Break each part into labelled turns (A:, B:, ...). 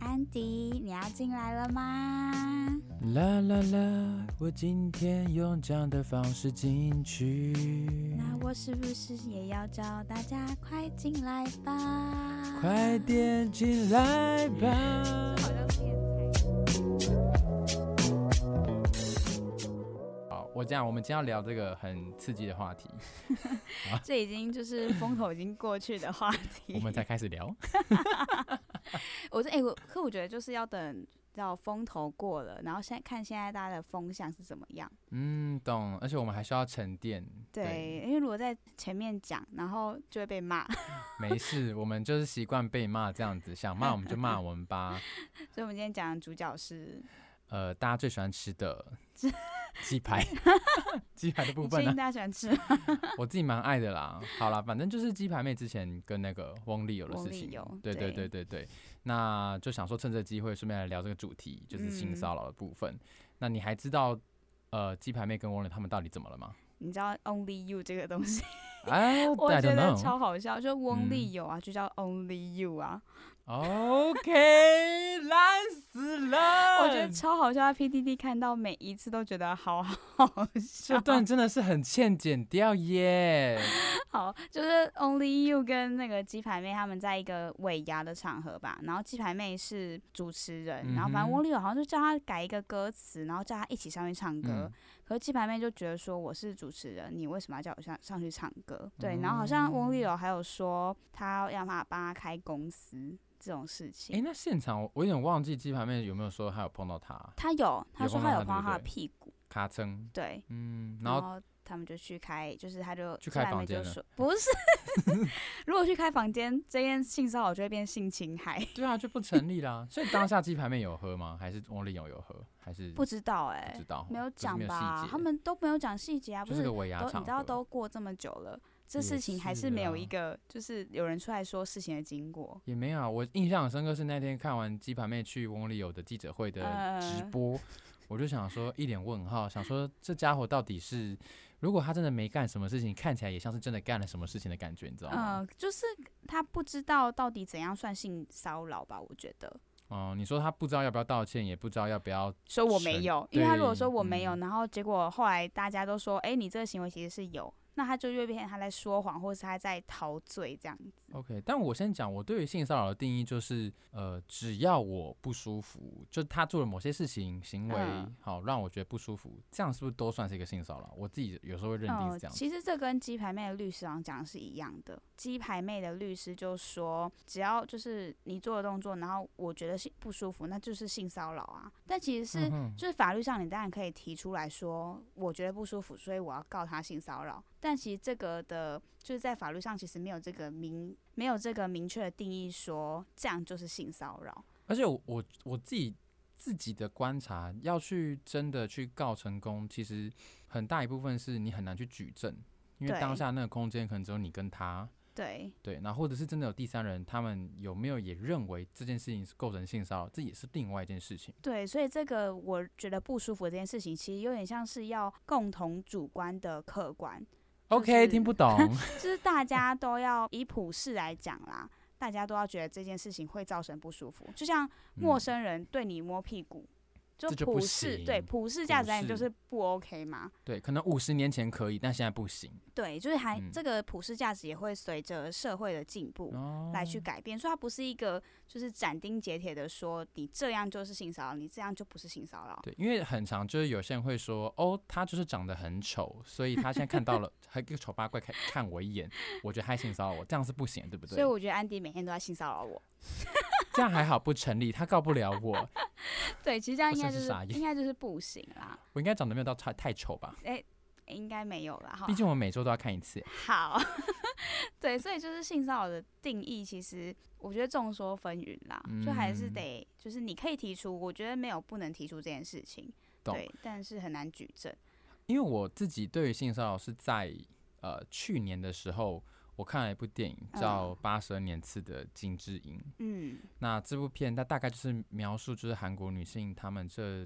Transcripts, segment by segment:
A: 安迪，你要进来了吗？
B: 啦啦啦，我今天用这样的方式进去。
A: 那我是不是也要叫大家快进来吧？
B: 快点进来吧！好，我这样，我们今天要聊这个很刺激的话 题，
A: 这已经就是风头已经过去的话题。
B: 我们才开始聊。
A: 我说，哎、我可我觉得就是要等到风头过了，然后现在看现在大家的风向是怎么样。
B: 嗯，懂。而且我们还需要沉淀。
A: 对，因为如果在前面讲，然后就会被骂，
B: 没事，我们就是习惯被骂这样子，想骂我们就骂我们吧。
A: 所以我们今天讲的主角是，
B: 呃，大家最喜欢吃的鸡排，鸡排的部
A: 你
B: 分
A: 最
B: 啊
A: 近
B: 呢，
A: 大家喜欢吃
B: 我自己蛮爱的啦。好啦，反正就是鸡排妹之前跟那个翁丽友的
A: 翁
B: 事
A: 丽
B: 情
A: 友，
B: 对对
A: 对
B: 对对对。那就想说趁这个机会，顺便来聊这个主题，就是性
A: 嗯
B: 骚扰的部分。那你还知道呃鸡排妹跟翁丽友他们到底怎么了吗？
A: 你知道 Only You 这个东西，
B: 哎，
A: 我
B: I
A: 觉
B: don't
A: 得
B: know。
A: 超好笑，就 Only
B: 嗯
A: 有啊，就叫 Only You 啊，
B: OK，烂死了。
A: 我觉得超好笑。在 PDD 看到每一次都觉得好 好笑
B: 这。段真的是很欠剪掉耶。
A: 好，就是 Only You 跟那个鸡排妹他们在一个尾牙的场合吧，然后鸡排妹是主持人，然后反正
B: 嗯哼
A: 翁立友好像就叫她改一个歌词，然后叫她一起上去唱歌。
B: 嗯
A: 可是鸡排妹就觉得说我是主持人，你为什么要叫我上上去唱歌？对，然后好像翁立
B: 哦
A: 友还有说他要他帮他开公司这种事
B: 哎、
A: 情。
B: 那现场我我有点忘记鸡排妹有没有说她有碰到他
A: 他有，他
B: 有
A: 说
B: 碰
A: 他
B: 到
A: 有
B: 她对
A: 碰到
B: 不
A: 他的
B: 对
A: 屁股，
B: 咔蹭，
A: 对，
B: 嗯，然
A: 然
B: 后
A: 后他们就去开，就是他就
B: 去
A: 出来
B: 开房
A: 没就
B: 间了
A: 说不是， 如果去开房间，这件性骚扰就会变性侵害。
B: 对啊就不成立啦。所以当下鸡排妹有喝吗？还是翁丽友有喝？还是
A: 不知道哎、
B: 不知道？
A: 没有
B: 就是
A: 讲
B: 没有细
A: 吧？
B: 节
A: 他们都没有讲细节啊，不
B: 就是是
A: 都
B: 个尾牙场合，
A: 你知道都过这么久了，这
B: 也
A: 事情还
B: 是
A: 是没有
B: 啊
A: 一个就是有人出来说事情的经过。
B: 也没有啊。我印象很深刻是那天看完鸡排妹去翁丽友的记者会的直
A: 呃
B: 播。我就想说一脸问号，想说这家伙到底是，如果他真的没干什么事情，看起来也像是真的干了什么事情的感觉，你知道吗？
A: 嗯，就是他不知道到底怎样算性骚扰吧？我觉得
B: 哦、你说他不知道要不要道歉，也不知道要不要
A: 说我没
B: 神
A: 有，因为他如果
B: 对
A: 说我没有，
B: 嗯
A: 然后结果后来大家都说，哎、你这个行为其实是有，那他就越变成他在说谎，或是他在陶醉这样子。
B: OK，但我先讲，我对于性骚扰的定义就是，呃，只要我不舒服，就他做了某些事情、行为，
A: 嗯
B: 好让我觉得不舒服，这样是不是都算是一个性骚扰？我自己有时候会认定是这样子。
A: 呃哦其实这跟鸡排妹的律师好像讲的是一样的。鸡排妹的律师就说，只要就是你做的动作，然后我觉得性不舒服，那就是性骚扰啊。但其实是、
B: 嗯哼
A: 就是法律上你当然可以提出来说，我觉得不舒服，所以我要告他性骚扰。但其实这个的就是在法律上其实没有这个明没有这个明确的定义说这样就是性骚扰。
B: 而且我我我自己自己的观察，要去真的去告成功，其实很大一部分是你很难去举证，因为
A: 对
B: 当下那个空间可能只有你跟他，
A: 对，
B: 对，那或者是真的有第三人，他们有没有也认为这件事情是构成性骚扰，这也是另外一件事情。
A: 对，所以这个我觉得不舒服的这件事情，其实有点像是要共同主观的客观，就是
B: OK，听不懂。
A: 就是大家都要以普世来讲啦，大家都要觉得这件事情会造成不舒服，就像陌
B: 嗯
A: 生人对你摸屁股。就
B: 这就
A: 普
B: 不
A: 世对
B: 行
A: 普世价值
B: 普
A: 观念就
B: 世
A: 是不 OK 嘛？
B: 对，可能五十年前可以，但现在不行。
A: 对，就是还、
B: 嗯
A: 这个普世价值也会随着社会的进步
B: 哦
A: 来去改变，所以它不是一个就是斩钉截铁的说你这样就是性骚扰，你这样就不是性骚扰。
B: 对，因为很常就是有些人会说，哦，他就是长得很丑，所以他现在看到了， 还一个丑八怪看看我一眼，我觉得他性骚扰我，这样是不行的，对不对？
A: 所以我觉得安迪每天都在性骚扰我。
B: 这样还好不成立，他告不了我，
A: 对，其实这样
B: 我
A: 应该
B: 甚
A: 就
B: 至
A: 是
B: 傻眼
A: 应该就是不行啦，
B: 我应该长得没有到太太丑吧？
A: 诶应该没有啦哈
B: 毕。竟我每周都要看一次。
A: 好， 对，所以就是性骚扰的定义，其实我觉得众说纷纭啦，就还是
B: 嗯
A: 得就是你可以提出，我觉得没有不能提出这件事情，
B: 懂
A: 对，但是很难举证。
B: 因为我自己对于性骚扰是在呃去年的时候，我看了一部电影叫《八十二年次的金智英》。
A: 嗯
B: 那这部片它大概就是描述就是韩国女性她们这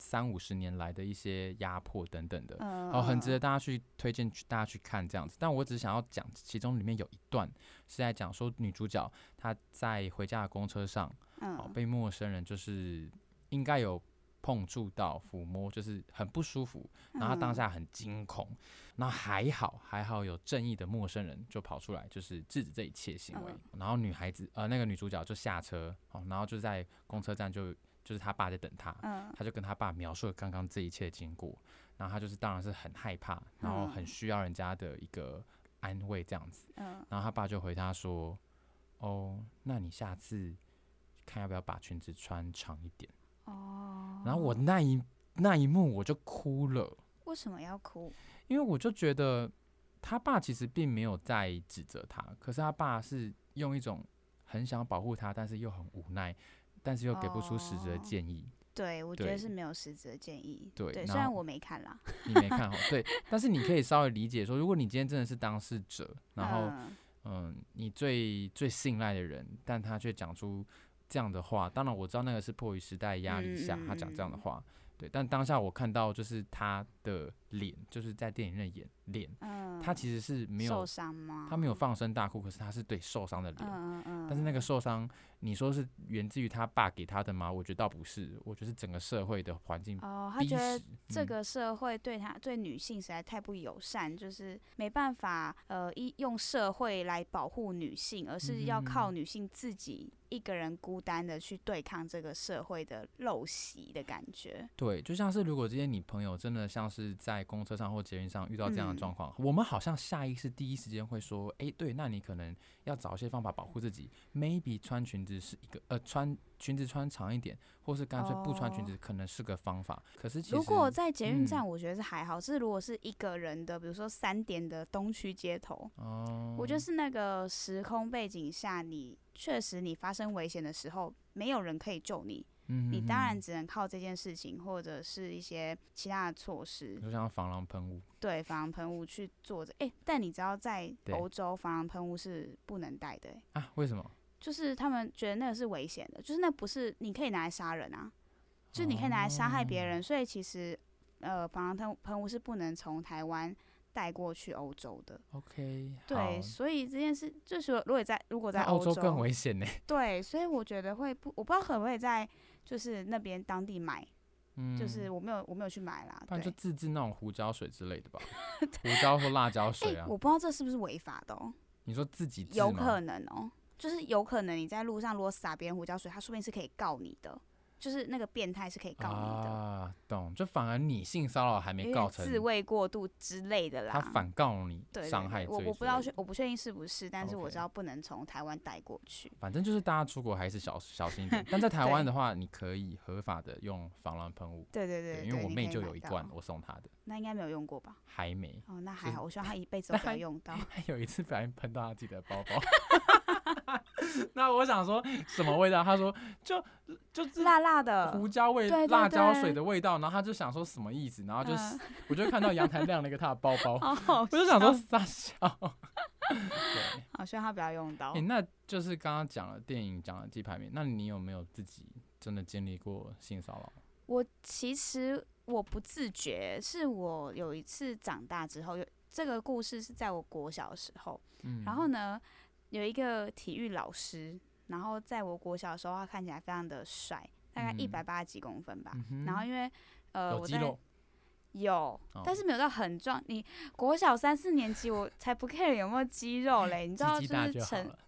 B: 三五十年来的一些压迫等等的，
A: 嗯，
B: 哦，很值
A: 嗯
B: 得大家去推荐去大家去看这样子。但我只是想要讲，其中里面有一段是在讲说女主角她在回家的公车上，哦，
A: 嗯，
B: 被陌生人就是应该有碰触到、抚摸，就是很不舒服。然后他当
A: 嗯
B: 下很惊恐，然后还好还好有正义的陌生人就跑出来，就是制止这一切行为。
A: 嗯
B: 然后女孩子呃那个女主角就下车，哦，然后就在公车站就就是他爸在等她，
A: 嗯
B: 他就跟他爸描述了刚刚这一切的经过，然后他就是当然是很害怕，然后很
A: 嗯
B: 需要人家的一个安慰这样子。
A: 嗯
B: 然后他爸就回他说：“哦，那你下次看要不要把裙子穿长一点。
A: 哦”，
B: 然后我那一那一幕我就哭了，
A: 为什么要哭？
B: 因为我就觉得他爸其实并没有在指责他，可是他爸是用一种很想保护他，但是又很无奈，但是又给不出实质的
A: 哦
B: 建议。
A: 对，我觉得
B: 对
A: 是没有实质的建议。
B: 对
A: 对，
B: 然
A: 虽然
B: 后
A: 我没看啦。
B: 你没看好，哦对，但是你可以稍微理解说，如果你今天真的是当事者，然后
A: 嗯
B: 嗯，你最最信赖的人，但他却讲出这样的话，当然我知道那个是迫于时代压力下，他讲这样的
A: 嗯嗯嗯嗯
B: 话，对，但当下我看到就是他的脸，就是在电影院演脸，
A: 嗯，
B: 他其实是没有
A: 受，伤吗？
B: 他没有放声大哭，可是他是对受伤的脸。
A: 嗯嗯嗯，
B: 但是那个受伤，你说是源自于他爸给他的吗？我觉得倒不是，我觉得是整个社会的环境
A: 哦，他
B: 逼
A: 觉得
B: 使。
A: 这
B: 嗯
A: 个社会对他对女性实在太不友善，就是没办法呃一用社会来保护女性，而是要靠
B: 嗯
A: 女性自己一个人孤单的去对抗这个社会的陋习的感觉。
B: 对，就像是如果今天你朋友真的像是在公车上或捷运上遇到这样的
A: 嗯
B: 状况，我们好像下意识第一时间会说，诶，对，那你可能要找一些方法保护自己，maybe 穿裙子是一个呃穿裙子穿长一点，或是干脆不穿裙
A: 哦
B: 子可能是个方法。可是其实
A: 如果在捷运
B: 嗯
A: 站，我觉得是还好，是如果是一个人的，比如说三点的东区街头，
B: 哦，
A: 我觉得是那个时空背景下，你确实你发生危险的时候，没有人可以救你，
B: 嗯
A: 你
B: 哼
A: 当然
B: 哼
A: 只能靠这件事情或者是一些其他的措施，
B: 就像防狼喷雾，
A: 对防狼喷雾去做着。诶，但你知道在
B: 对
A: 欧洲防狼喷雾是不能带的、诶
B: 啊，为什么？
A: 就是他们觉得那个是危险的，就是那不是你可以拿来杀人啊，就是你可以拿来杀害别
B: 哦
A: 人，所以其实呃防狼喷喷雾是不能从台湾带过去欧洲的。
B: OK，
A: 对，
B: 哦好
A: 所以这件事就是如果在如果在
B: 那欧
A: 洲
B: 更 危险呢。
A: 对，所以我觉得会不，我不知道可不可以在就是那边当地买，
B: 嗯，
A: 就是我没有我没有去买啦。
B: 不然就
A: 对，
B: 自制那种胡椒水之类 的吧，胡椒或辣椒水
A: 哎、
B: 啊。
A: 我不知道这是不是违法的哦、
B: 你说自己制
A: 有
B: 吗
A: 可能哦、就是有可能你在路上如果撒别人胡椒水，他说不定是可以告你的，就是那个变态是可以告你的，
B: 啊，懂，就反而你性骚扰还没
A: 有
B: 告
A: 点
B: 成，
A: 自卫过度之类的啦。
B: 他反告你
A: 对对
B: 伤
A: 对
B: 害罪
A: 我我不
B: 之
A: 知道
B: 类
A: 确
B: 的
A: 我不确定是不是，但是我
B: OK
A: 知道不能从台湾带过去。
B: 反正就是大家出国还是小小心一 点。但在台湾的话，你可以合法的用防狼喷雾，
A: 对对对，
B: 因为
A: 对
B: 我
A: 你
B: 妹
A: 可以
B: 就
A: 买
B: 有一
A: 到
B: 罐，我送她的，
A: 那应该没有用过吧？
B: 还没。
A: 哦，那
B: 就
A: 还
B: 是
A: 好，我希望他一辈 子
B: 那
A: 都不要
B: 还
A: 用到。
B: 还有一次不小心喷到她自己的包包， 那我想说什么味道？她说就就是
A: 辣辣 的，
B: 胡椒味、
A: 对对
B: 辣椒水
A: 对
B: 的味道，然后她就想说什么意思，然后就、
A: 嗯
B: 我就看到阳台晾了一个她的包 包，
A: 好哦好
B: 我就想说傻笑。 对。
A: 好，希望他不要用到
B: 诶，。那就是刚刚讲了电影，讲了鸡排面，那你有没有自己真的经历过性骚扰？
A: 我其实我不自觉，是我有一次长大之后，有这个故事是在我国小的时候，
B: 嗯
A: 然后呢，有一个体育老师，然后在我国小的时候，他看起来非常的帅，大概
B: 嗯
A: 一百八十几公分吧。
B: 嗯哼
A: 然后因为呃，
B: 有
A: 我
B: 肌
A: 在
B: 肉，哦
A: 有，但是没有到很壮。你国小三四年级，我才不 care 有没有肌肉嘞，你知道
B: 鸡鸡大
A: 是
B: 就好
A: 成
B: 了。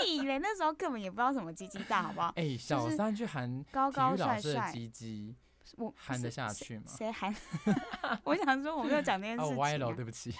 A: 屁嘞，那时候根本也不知道什么鸡鸡大，好不 好？
B: 哎、小
A: 是
B: 三去喊
A: 高
B: 体育
A: 高
B: 老
A: 帅
B: 师的
A: 帅，
B: 鸡鸡，
A: 我不
B: 喊得
A: 是
B: 下
A: 谁
B: 去吗？
A: 谁喊？ 我想说我没有讲这件事
B: 哦，
A: 情、
B: 歪了，
A: 啊。
B: 对 不起。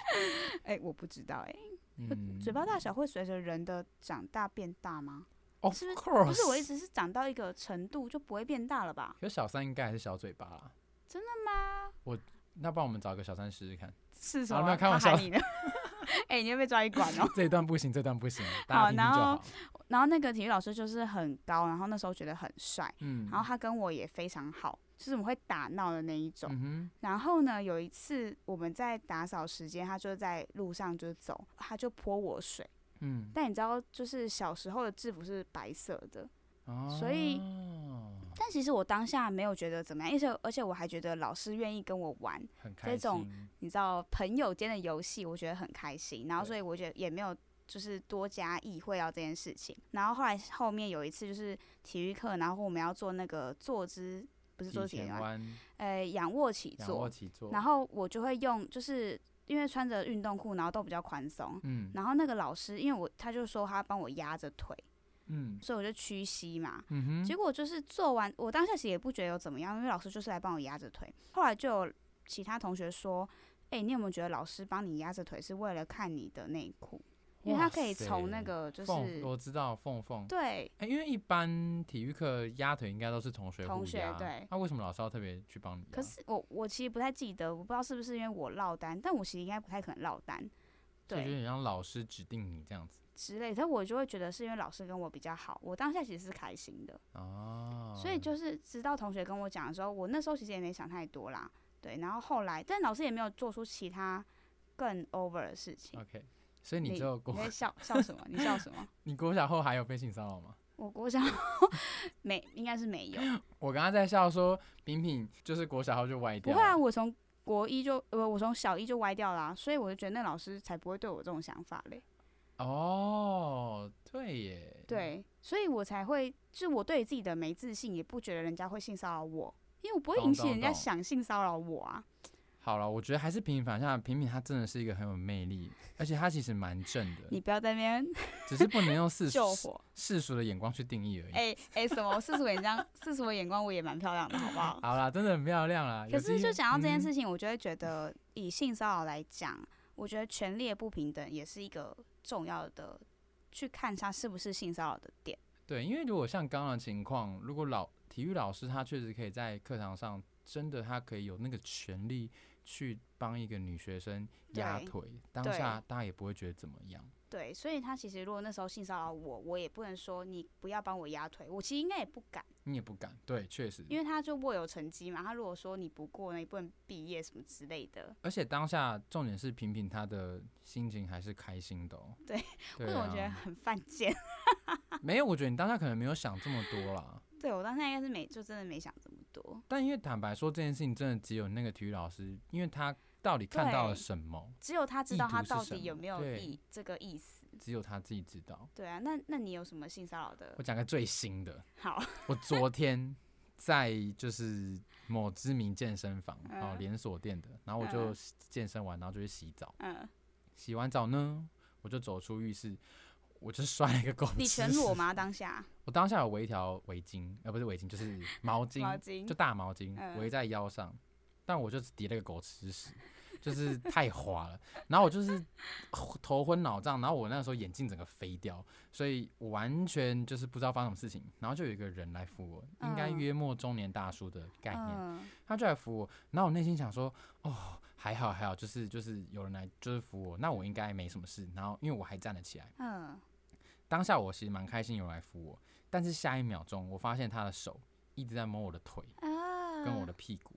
A: 哎、我不知道哎、
B: 嗯，
A: 嘴巴大小会随着人的长大变大吗？
B: ，Of
A: 是不是
B: course，
A: 不是，我意思是长到一个程度就不会变大了吧？
B: 可是小三应该还是小嘴巴啦。
A: 真
B: 的吗？我那帮我们找个小三试试看。
A: 是什
B: 好
A: 么？
B: 啊没有开
A: 他
B: 玩笑
A: 喊你的？ 哎、你会被抓一管 哦。
B: 这一段不行，这段不行，大家听听
A: 然
B: 就
A: 后
B: 好。
A: 然后那个体育老师就是很高，然后那时候觉得很帅，
B: 嗯，
A: 然后他跟我也非常好，就是我们会打闹的那一种。
B: 嗯
A: 然后呢，有一次我们在打扫时间，他就在路上就走，他就泼我水。
B: 哼，嗯，
A: 但你知道，就是小时候的制服是白色的，所以
B: 哦
A: 但其实我当下没有觉得怎么样，而且而且我还觉得老师愿意跟我玩，
B: 很开
A: 种
B: 心。
A: 你知道朋友间的游戏，我觉得很开心。然后
B: 对
A: 所以我觉得也没有就是多加意会到这件事情。然后后来后面有一次就是体育课，然后我们要做那个坐姿，不是坐
B: 提
A: 姿
B: 前
A: 嘛，
B: 弯，
A: 呃，仰卧起
B: 仰卧
A: 坐。
B: 起坐，
A: 然后我就会用，就是因为穿着运动裤，然后都比较宽松。
B: 嗯
A: 然后那个老师，因为我他就说他帮我压着腿，
B: 嗯
A: 所以我就屈膝嘛。
B: 嗯哼，
A: 结果就是做完，我当下其实也不觉得有怎么样，因为老师就是来帮我压着腿。后来就有其他同学说：“哎、你有没有觉得老师帮你压着腿是为了看你的内裤？因为他
B: 哇
A: 可以从那
B: 塞
A: 个就是
B: 凤，我知道凤凤。
A: 对
B: 哎、因为一般体育课压腿应该都是同学
A: 同
B: 互
A: 学
B: 压，
A: 对
B: 那、为什么老师要特别去帮你压？
A: 可是我我其实不太记得，我不知道是不是因为我落单，但我其实应该不太可能落单，
B: 就有
A: 对
B: 点像老师指定你这样子
A: 之类的。但我就会觉得是因为老师跟我比较好，我当下其实是开心的。
B: 哦。
A: 所以就是直到同学跟我讲的时候，我那时候其实也没想太多啦，对。然后后来，但老师也没有做出其他更 over 的事情。
B: OK，所以啊你
A: 你
B: 只有国
A: 你在笑笑什么？你笑什么？
B: 你国小后还有被性骚扰吗？
A: 我国 小没，应该是没有。
B: 我刚刚在笑说，平平就是国小后就歪
A: 不
B: 掉
A: 会啊，
B: 了。
A: 我从国一就呃，我从小一就歪掉啦、所以我就觉得那老师才不会对我这种想法嘞。
B: 嗯哦，对耶，，
A: 对，所以我才会，就是我对自己的没自信，也不觉得人家会性骚扰我，因为我不会
B: 懂
A: 引起
B: 懂
A: 人家
B: 懂
A: 想性骚扰我啊。
B: 好了，我觉得还是平平反下，平平她真的是一个很有魅力，而且她其实蛮正的，
A: 你不要在那边
B: 只是不能用 世
A: 救
B: 世
A: 火。
B: 世俗的眼光去定义而已。
A: 哎哎、什么？世俗眼光，世俗的眼光我也蛮漂亮的，好不好？
B: 好啦，真的很漂亮啦。
A: 可
B: 啊有
A: 是
B: 机
A: 就讲到这件
B: 嗯
A: 事情，我就会觉得以性骚扰来讲，我觉得权力的不平等也是一个重要的，去看它是不是性骚扰的点。
B: 对，因为如果像刚刚的情况，如果老体育老师他确实可以在课堂上，真的他可以有那个权利去帮一个女学生压
A: 对
B: 腿，当
A: 对
B: 下大家也不会觉得怎么样。
A: 对，所以他其实如果那时候性骚扰我，我也不能说你不要帮我压腿，我其实应该也不敢，
B: 你也不敢，对，确实，
A: 因为他就握有成绩嘛。他如果说你不过呢，你不能毕业什么之类的，
B: 而且当下重点是平平她的心情还是开心的、哦。
A: 对，
B: 对
A: 为什么我觉得
B: 啊，
A: 很犯贱？
B: 没有，我觉得你当下可能没有想这么多啦。
A: 对我当时应该是没，就真的没想这么多。
B: 但因为坦白说，这件事情真的只有那个体育老师，因为他到底看到了
A: 对
B: 什么，
A: 只有他知
B: 意
A: 道
B: 图
A: 他
B: 是
A: 到
B: 什
A: 底有
B: 么
A: 没有
B: 对
A: 意这个意思。
B: 只有他自己知道。
A: 对啊，那那你有什么性骚扰的
B: 我？讲个最新的，
A: 好，
B: 我昨天在就是某知名健身房哦
A: 嗯
B: 连锁店的，然后我
A: 嗯
B: 就洗健身完，然后就去洗澡。
A: 嗯，
B: 洗完澡呢，我就走出浴室，我就 摔了一个狗。
A: 你全裸？吗？当下
B: 我当下有围一条围巾，呃，不是围巾，就是毛巾，
A: 毛
B: 就
A: 巾，
B: 大毛巾
A: 嗯
B: 围在腰上，但我就只叠了个狗吃屎，就是太滑了。然后我就是头昏脑胀，然后我那时候眼镜整个飞掉，所以我完全就是不知道发生什么事情。然后就有一个人来扶我，应该
A: 嗯
B: 约莫中年大叔的概念，
A: 嗯，
B: 他就来扶我。然后我内心想说，哦，还好还好，就是就是有人来就是扶我，那我应该没什么事。然后因为我还站得起来，
A: 嗯，
B: 当下我其实蛮开心有人来扶我，但是下一秒钟我发现他的手一直在摸我的腿
A: 啊，
B: 跟我的屁股。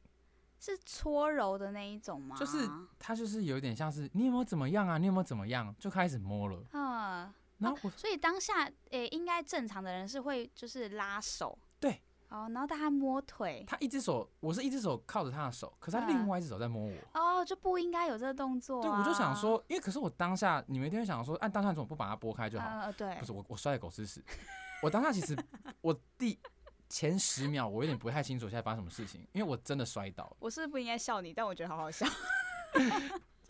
A: 是搓揉的那一种吗？
B: 就是他就是有点像是你有没有怎么样啊？你有没有怎么样？就开始摸了。
A: 嗯，
B: 然后我、
A: 所以当下诶、应该正常的人是会就是拉手，
B: 对，
A: 哦，然后大家摸腿，
B: 他一只手，我是一只手靠着他的手，可是他
A: 嗯
B: 另外一只手在摸我。
A: 哦，就不应该有这个动作、啊。
B: 对，我就想，说，因为可是我当下，你们一定会想说，啊按、当下你怎么不把它拨开就好？
A: 呃，对
B: 不，是我，我摔了狗吃屎。 我当下其实，我第前十秒我有点不太清楚现在发生什么事情，因为我真的摔倒了，
A: 我是不是不应该笑你，但我觉得好 好笑。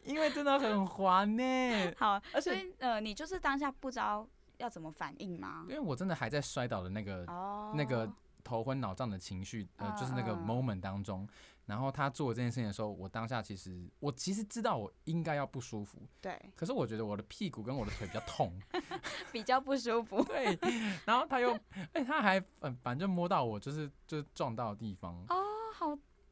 B: 因为真的很滑呢。
A: 好，
B: 而
A: 所
B: 且
A: 以呃，你就是当下不知道要怎么反应吗
B: 因？为我真的还在摔倒的那个
A: 哦，
B: 那个头昏脑胀的情绪，呃，就是那个
A: 嗯
B: moment 当中，然后他做这件事情的时候，我当下其实我其实知道我应该要不舒服，
A: 对，
B: 可是我觉得我的屁股跟我的腿比较痛，
A: 比较不舒服。
B: 对，然后他又，哎、他还反反正摸到我，就是就是撞到的地方，
A: 哦，好，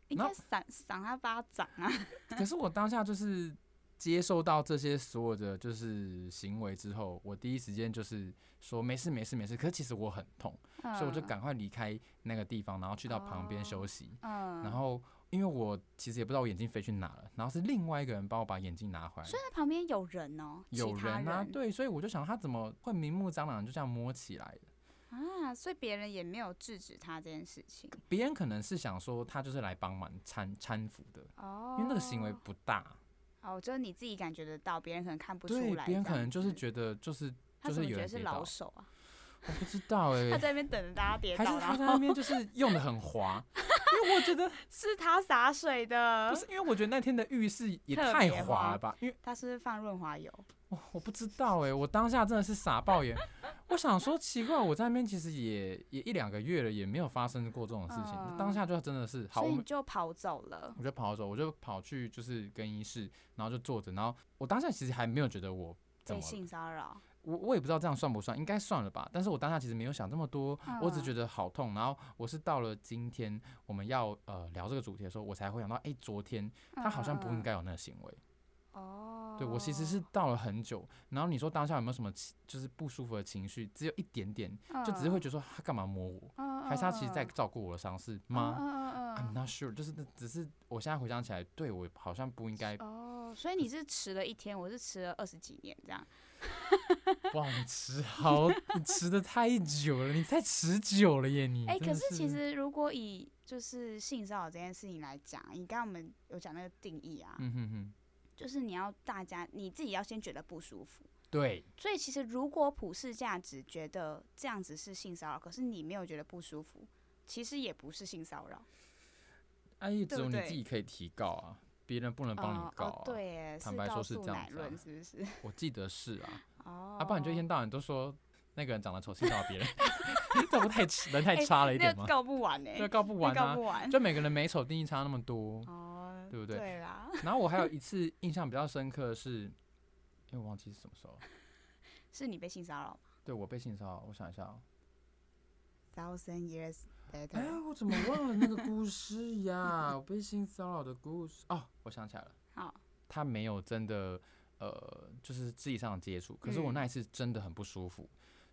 A: 应
B: 然
A: 该
B: 后
A: 赏赏他巴掌啊！
B: 可是我当下就是接受到这些所有的就是行为之后，我第一时间就是说没事没事没事，可是其实我很痛，
A: 啊
B: 所以我就
A: 嗯
B: 赶快离开那个地方，然后去到旁边
A: 哦
B: 休息。
A: 嗯，嗯，
B: 然后因为我其实也不知道我眼镜飞去哪了，然后是另外一个人帮我把眼镜拿回来
A: 所。以那旁边有人哦，其
B: 有
A: 他
B: 人啊，对，所以我就想他怎么会明目张胆就这样摸起来的？
A: 啊，所以别人也没有制止他这件事情
B: 别人可能是想说他就是来帮忙搀搀扶的，
A: 哦
B: 因，为那个行为不大，
A: 哦，就是你自己感觉得到，别人可能看不出
B: 对，
A: 来。
B: 别人可能就是
A: 得
B: 觉得就是
A: 他
B: 就
A: 怎么
B: 是有
A: 觉得
B: 人
A: 是
B: 跌
A: 老
B: 倒，
A: 手啊？
B: 我不知道哎、
A: 他在那边等着大家跌
B: 还
A: 倒，啊
B: 是他
A: 然
B: 在那
A: 后
B: 边就是用的很滑，因为我觉得
A: 是他洒水的
B: 不，是，因为我觉得那天的浴室 也
A: 特
B: 太
A: 别
B: 滑
A: 滑
B: 了吧，因为
A: 他是不是放润滑油？
B: 我我不知道哎、我当下真的是傻爆眼，我想说奇怪，我在那边其实也也一两个月了，也没有发生过这种事情，
A: 嗯
B: 当下就真的是
A: 所
B: 好，我
A: 以
B: 们
A: 你就跑走了。
B: 我就跑走，我就跑去就是更衣室，然后就坐着，然后我当下其实还没有觉得我怎
A: 被
B: 么了，
A: 性骚扰，
B: 我我也不知道这样算不算，应该算了吧。但是我当下其实没有想这么多，我只
A: 嗯
B: 觉得好痛。然后我是到了今天我们要呃聊这个主题的时候，我才会想到，哎、昨天他好像不应
A: 嗯。嗯嗯
B: 该有那个行为。
A: 哦，
B: 对我其实是到了很久，然后你说当下有没有什么情就是不舒服的情绪？只有一点点，就只是
A: 嗯
B: 会觉得说他干嘛摸我，
A: 得
B: 还是他其实在照顾我的伤势吗？
A: 嗯嗯嗯
B: I'm not sure，就是那只是我现在回想起来，对我好像不应该
A: 嗯。哦，所以你是迟了一天，我是迟了二十几年这样。
B: 哇，你迟好，你迟的太久了，你太持久了耶，你。
A: 哎、
B: 嗯真
A: 可
B: 的
A: 是
B: 是
A: 其实如果以就是性骚扰这件事情来讲，你刚刚我们有讲那个定义啊，
B: 嗯哼哼，
A: 就是你要大家你自己要先觉得不舒服。
B: 对，
A: 所以其实如果普世价值觉得这样子是性骚扰，可是你没有觉得不舒服，其实也不是性骚扰。
B: 哎，只
A: 不
B: 有你
A: 对
B: 自己可以提告啊，别人不能帮
A: 哦
B: 你告
A: 哦
B: 啊。，
A: 对耶，
B: 坦
A: 是
B: 白
A: 告
B: 说是
A: 诉
B: 这样
A: 乃
B: 子啊
A: 论是不是？
B: 我记得是啊，
A: 哦，
B: 啊，不然你就一天到晚都说那个人长得丑，性骚扰别人， 这不太 人太
A: 哎
B: 差了一
A: 那
B: 点
A: 个
B: 吗？
A: 告不完呢、
B: 对，告不完
A: 哎告
B: 啊
A: 不，完。
B: 就每个人美丑定义差那么多。
A: 哦，
B: 对不对
A: 对啦，
B: 然后我还有一次印象比较深刻的是，因为我忘记是什么时候了，
A: 是你被性骚扰吗
B: 对我被性骚扰，我想一下哦。
A: ？Thousand years
B: 哎
A: later，，
B: 我怎么忘了那个故事呀？我被性骚扰的故事哦，我想起来了，
A: 好，
B: 他没有真的呃，就是肢体上的接触，可是我
A: 嗯
B: 那一次真的很不舒服，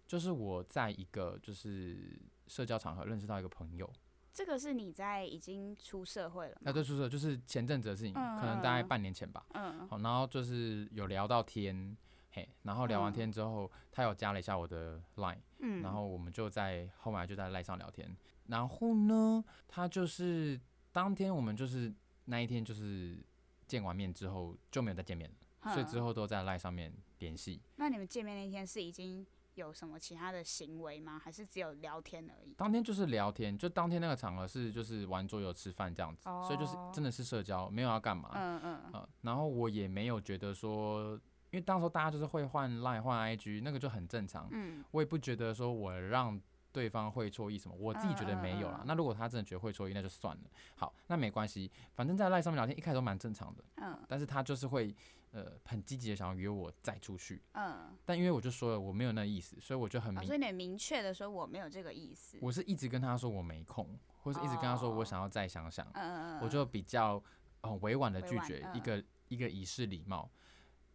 B: 就是我在一个就是社交场合认识到一个朋友，
A: 这个是你在已经出社会了吗？
B: 那对叔叔就是前阵子的事情，可能大概半年前吧。
A: 嗯，
B: 好，然后就是有聊到天，嘿，然后聊完天之后，他有加了一下我的 Line。
A: 嗯
B: 然后我们就在后来就在赖上聊天。然后呢，他就是当天我们就是那一天就是见完面之后就没有再见面了，所以之
A: 哼
B: 后都在赖上面联系。
A: 那你们见面那天是已经有什么其他的行为吗？还是只有聊天而已？
B: 当天就是聊天，就当天那个场合是就是玩桌游、吃饭这样子，所以就是
A: 哦
B: 真的是社交，没有要干嘛。
A: 嗯嗯，
B: 呃然后我也没有觉得说，因为当时候大家就是会换赖换 IG，那个就很正常。
A: 嗯，
B: 我也不觉得说我让对方会错意什么，我自己觉得
A: 嗯嗯
B: 没有啦。
A: 嗯
B: 那如果他真的觉得会错意，那就算了。好，那没关系，反正在赖上面聊天一开始都蛮正常的，
A: 嗯
B: 但是他就是会呃很积极的想要约我再出去，
A: 嗯，
B: 但因为我就说了我没有那意思，所以我就很
A: 哦
B: 明，
A: 所以你很明确的说我没有这个意思。
B: 我是一直跟他说我没空，或是一直跟他说我想要再想想，
A: 哦嗯嗯，
B: 我就比较很委婉的
A: 委
B: 拒
A: 婉
B: 绝
A: 嗯
B: 一个、一个仪式礼貌，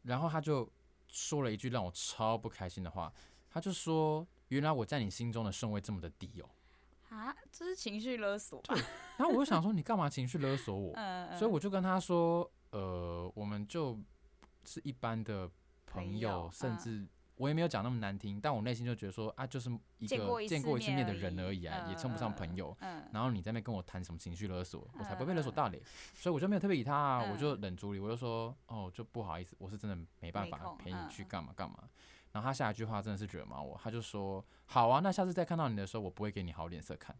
B: 然后他就说了一句让我超不开心的话，他就说原来我在你心中的顺位这么的低哦、
A: 啊，这是情绪勒索吧？
B: 然后我就想说，你干嘛情绪勒索我？
A: 嗯嗯，
B: 所以我就跟他说，呃，我们就是一般的朋
A: 朋
B: 友
A: 友，
B: 甚
A: 嗯
B: 至我也没有讲那么难听，但我内心就觉得说，啊，就是一
A: 见过
B: 个
A: 一
B: 见
A: 次
B: 过一次
A: 面
B: 面
A: 而
B: 的人
A: 已
B: 而已啊，也
A: 嗯
B: 称不上
A: 嗯嗯
B: 朋友。
A: 嗯
B: 然后你在那边跟我谈什么情绪勒索，我才不会被
A: 嗯
B: 勒索到嘞。所以我就没有特别理他啊，我
A: 嗯
B: 就冷处理，我就说，哦，就不好意思，我是真的没办
A: 没
B: 法
A: 空
B: 陪你去
A: 嗯
B: 干嘛干嘛。然后他下一句话真的是惹毛我，他就说，好啊，那下次再看到你的时候，我不会给你好脸色看。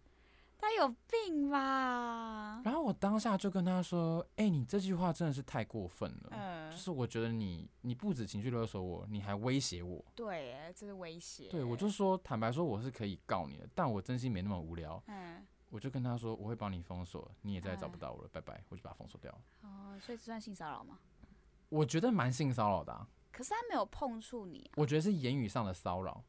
A: 他有病吧？
B: 然后我当下就跟他说：“哎、你这句话真的是太过分了，
A: 嗯
B: 就，是我觉得你你不止情绪勒索我，你还威胁我。
A: 对耶，这是威胁。
B: 对我就说，坦白说我是可以告你的，但我真心没那么无聊。
A: 嗯。
B: 我就跟他说我会帮你封锁，你也再也找不
A: 哎
B: 到我了，拜拜。我就把他封锁掉了。
A: 哦，所以这算性骚扰吗？
B: 我觉得蛮性骚扰的、啊，
A: 可是他没有碰触你啊、
B: 我觉得是言语上的骚扰，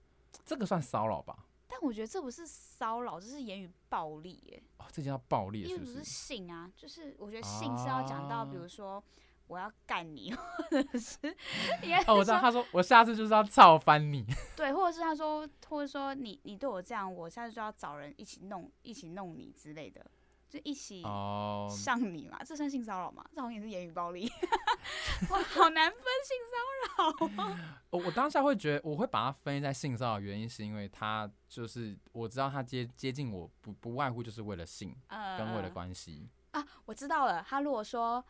B: 这个算骚扰吧？
A: 但我觉得这不是骚扰，这是言语暴力耶、
B: 哦，这叫暴力
A: 因
B: 是
A: 为
B: 不
A: 不是
B: 是？
A: 性啊，就是我觉得性是要讲到，比
B: 啊
A: 如说我要干你， 或者是应该
B: 哦，我
A: 是
B: 知
A: 说
B: 道，他说我下次就是要操翻 你。
A: 对，或者是他说，或者说你你对我这样，我下次就要找人一起弄，一起弄你之类的，就一起
B: 哦，
A: 上你嘛，这算性骚扰吗？这好像也是言语暴力， 哇，好难分性
B: 我我当下会觉得，我会把它分类在性骚扰，原因是因为他就是我知道他接接近我不不外乎就是为了性
A: 骚扰。
B: 跟为了
A: 嗯
B: 关系，
A: 啊，我知道了，他如果说。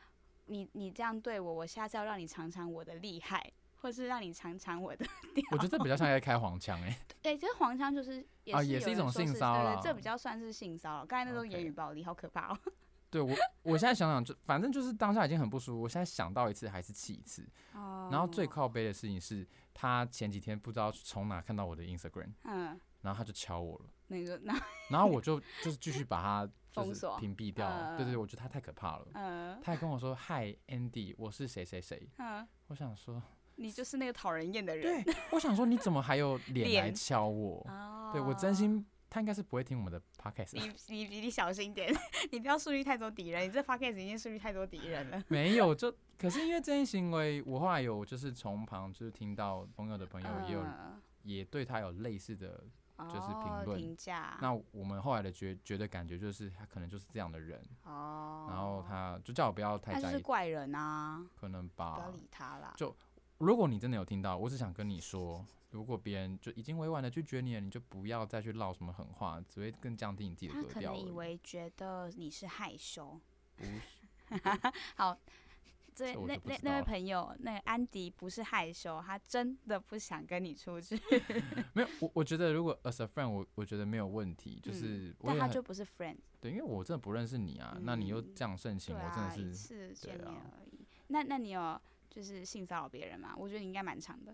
A: 你你这样对我，我下次要让你尝尝我的厉害，或是让你尝尝我的屌。
B: 我觉得这比较像在开黄腔哎、
A: 对，其实黄腔就是也
B: 啊
A: 是
B: 也
A: 有
B: 是一
A: 人
B: 种
A: 说
B: 性
A: 对
B: 骚
A: 对
B: 扰
A: 这比较算是性骚扰。刚才那都是言
B: OK
A: 语暴力，好可怕哦。
B: 对我，我现在想想，就反正就是当下已经很不舒服。我现在想到一次还是气一次。然后最
A: 哦
B: 靠背的事情是，他前几天不知道从哪看到我的 Instagram，
A: 嗯，
B: 然后他就敲我了，
A: 那个那
B: 然后我就就是继续 把他就
A: 封
B: 是
A: 锁
B: 屏蔽掉了。对对，
A: 嗯
B: 对
A: 嗯
B: 我觉得他太可怕了。
A: 嗯
B: 他还跟我说：“嗨，Andy，我是谁谁谁。
A: 嗯，”
B: 我想说，
A: 你就是那个讨人厌的人。
B: 对，我想说你怎么还 有脸来
A: 脸
B: 敲我？
A: 哦
B: 对我真。心，他应该是不会听 我们的 podcast 吧。
A: 你你你小心点， 你不要树立太多敌人。你这 podcast 已经树立太多敌人了。
B: 没有，就可是因为这些行为，我后来有就是从旁就是听到朋友的朋友也有、
A: 嗯
B: 也对他有类似的，就是评
A: 哦
B: 论
A: 评价。
B: 那我们后来的觉觉得感觉就是他可能就是这样的人，
A: 哦，
B: 然后他就叫我不要太
A: 他就
B: 在
A: 是
B: 意，
A: 怪人啊，
B: 可能
A: 不要
B: 吧。
A: 理他啦。
B: 就如果你真的有听到，我只想跟你说，如果别人就已经委婉的拒绝你了，你就不要再去唠什么狠话，只会更降低你自己的
A: 他
B: 格
A: 可
B: 调
A: 能
B: 而已。
A: 以为觉得你是害羞。
B: 不是
A: 好，这
B: 这我
A: 那
B: 就不
A: 那
B: 知
A: 那
B: 道
A: 位
B: 了
A: 朋友，那个安迪不是害羞，他真的不想跟你出去，
B: 没有，我我觉得如果 as a friend，我我觉得没有问题，就
A: 嗯
B: 是我
A: 但
B: 也
A: 他
B: 很
A: 就不是 friend。
B: 对，因为我真的不认识你啊，那你又
A: 嗯
B: 这样盛情，
A: 对
B: 我真
A: 啊，一
B: 的是
A: 次见
B: 对啊
A: 面而已。那那你有就是性骚扰别人吗？我觉得你应该蛮长的，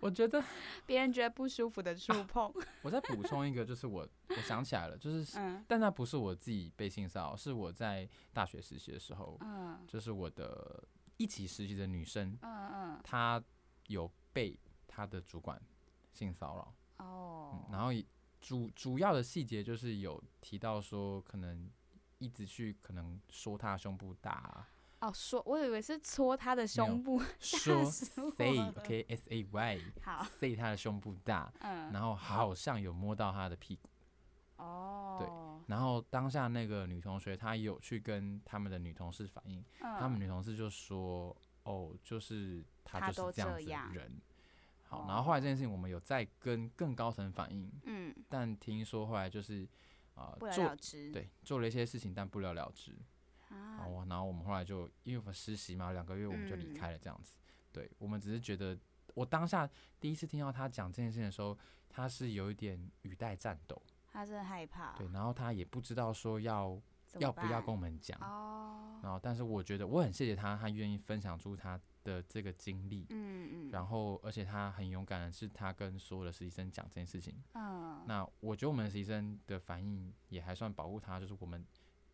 B: 我觉得
A: 别人觉得不舒服的触碰，
B: 我再补充一个，就是我我想起来了，就是
A: 嗯
B: 但那不是我自己被性骚扰，是我在大学实习的时候，
A: 嗯
B: 就是我的一起实习的女生，
A: 嗯
B: 她有被她的主管性骚扰，
A: 嗯，哦
B: 嗯，，然后也主主要的细节就是有提到说可能。一直去可能说她胸部大、啊，
A: 哦，说，我以为是搓他的胸部，
B: 说
A: 死我
B: say
A: 了
B: OK S A Y
A: 好，
B: say 她的胸部大，
A: 嗯，
B: 然后好像有摸到她的屁股，
A: 哦，
B: 然后当下那个女同学她有去跟他们的女同事反映，
A: 对，
B: 他们女同事就说，哦，就是她
A: 她
B: 就
A: 都
B: 是这样
A: 这
B: 子的
A: 样
B: 人。好，然后后来这件事情我们有再跟更高层反映，
A: 嗯，
B: 但听说后来就是啊、
A: 不了了
B: 做
A: 之，，
B: 对做了一些事情，但不了了之。
A: 啊
B: 好，，我然后我们后来就因为我们实习嘛，两个月我们就离
A: 嗯
B: 开了这样子。对我们只是觉得，我当下第一次听到他讲这件事情的时候，他是有一点语带颤抖，
A: 他真的害怕，
B: 对，然后他也不知道说要
A: 哦怎么
B: 要不要
A: 办
B: 跟我们讲，
A: 哦，
B: 然后但是我觉得我很谢谢他，他愿意分享出他的这个经历，
A: 嗯嗯，
B: 然后而且他很勇敢的是他跟所有的实习生讲这件事情。
A: 嗯，
B: 那我觉得我们的实习生的反应也还算保护他，就是我们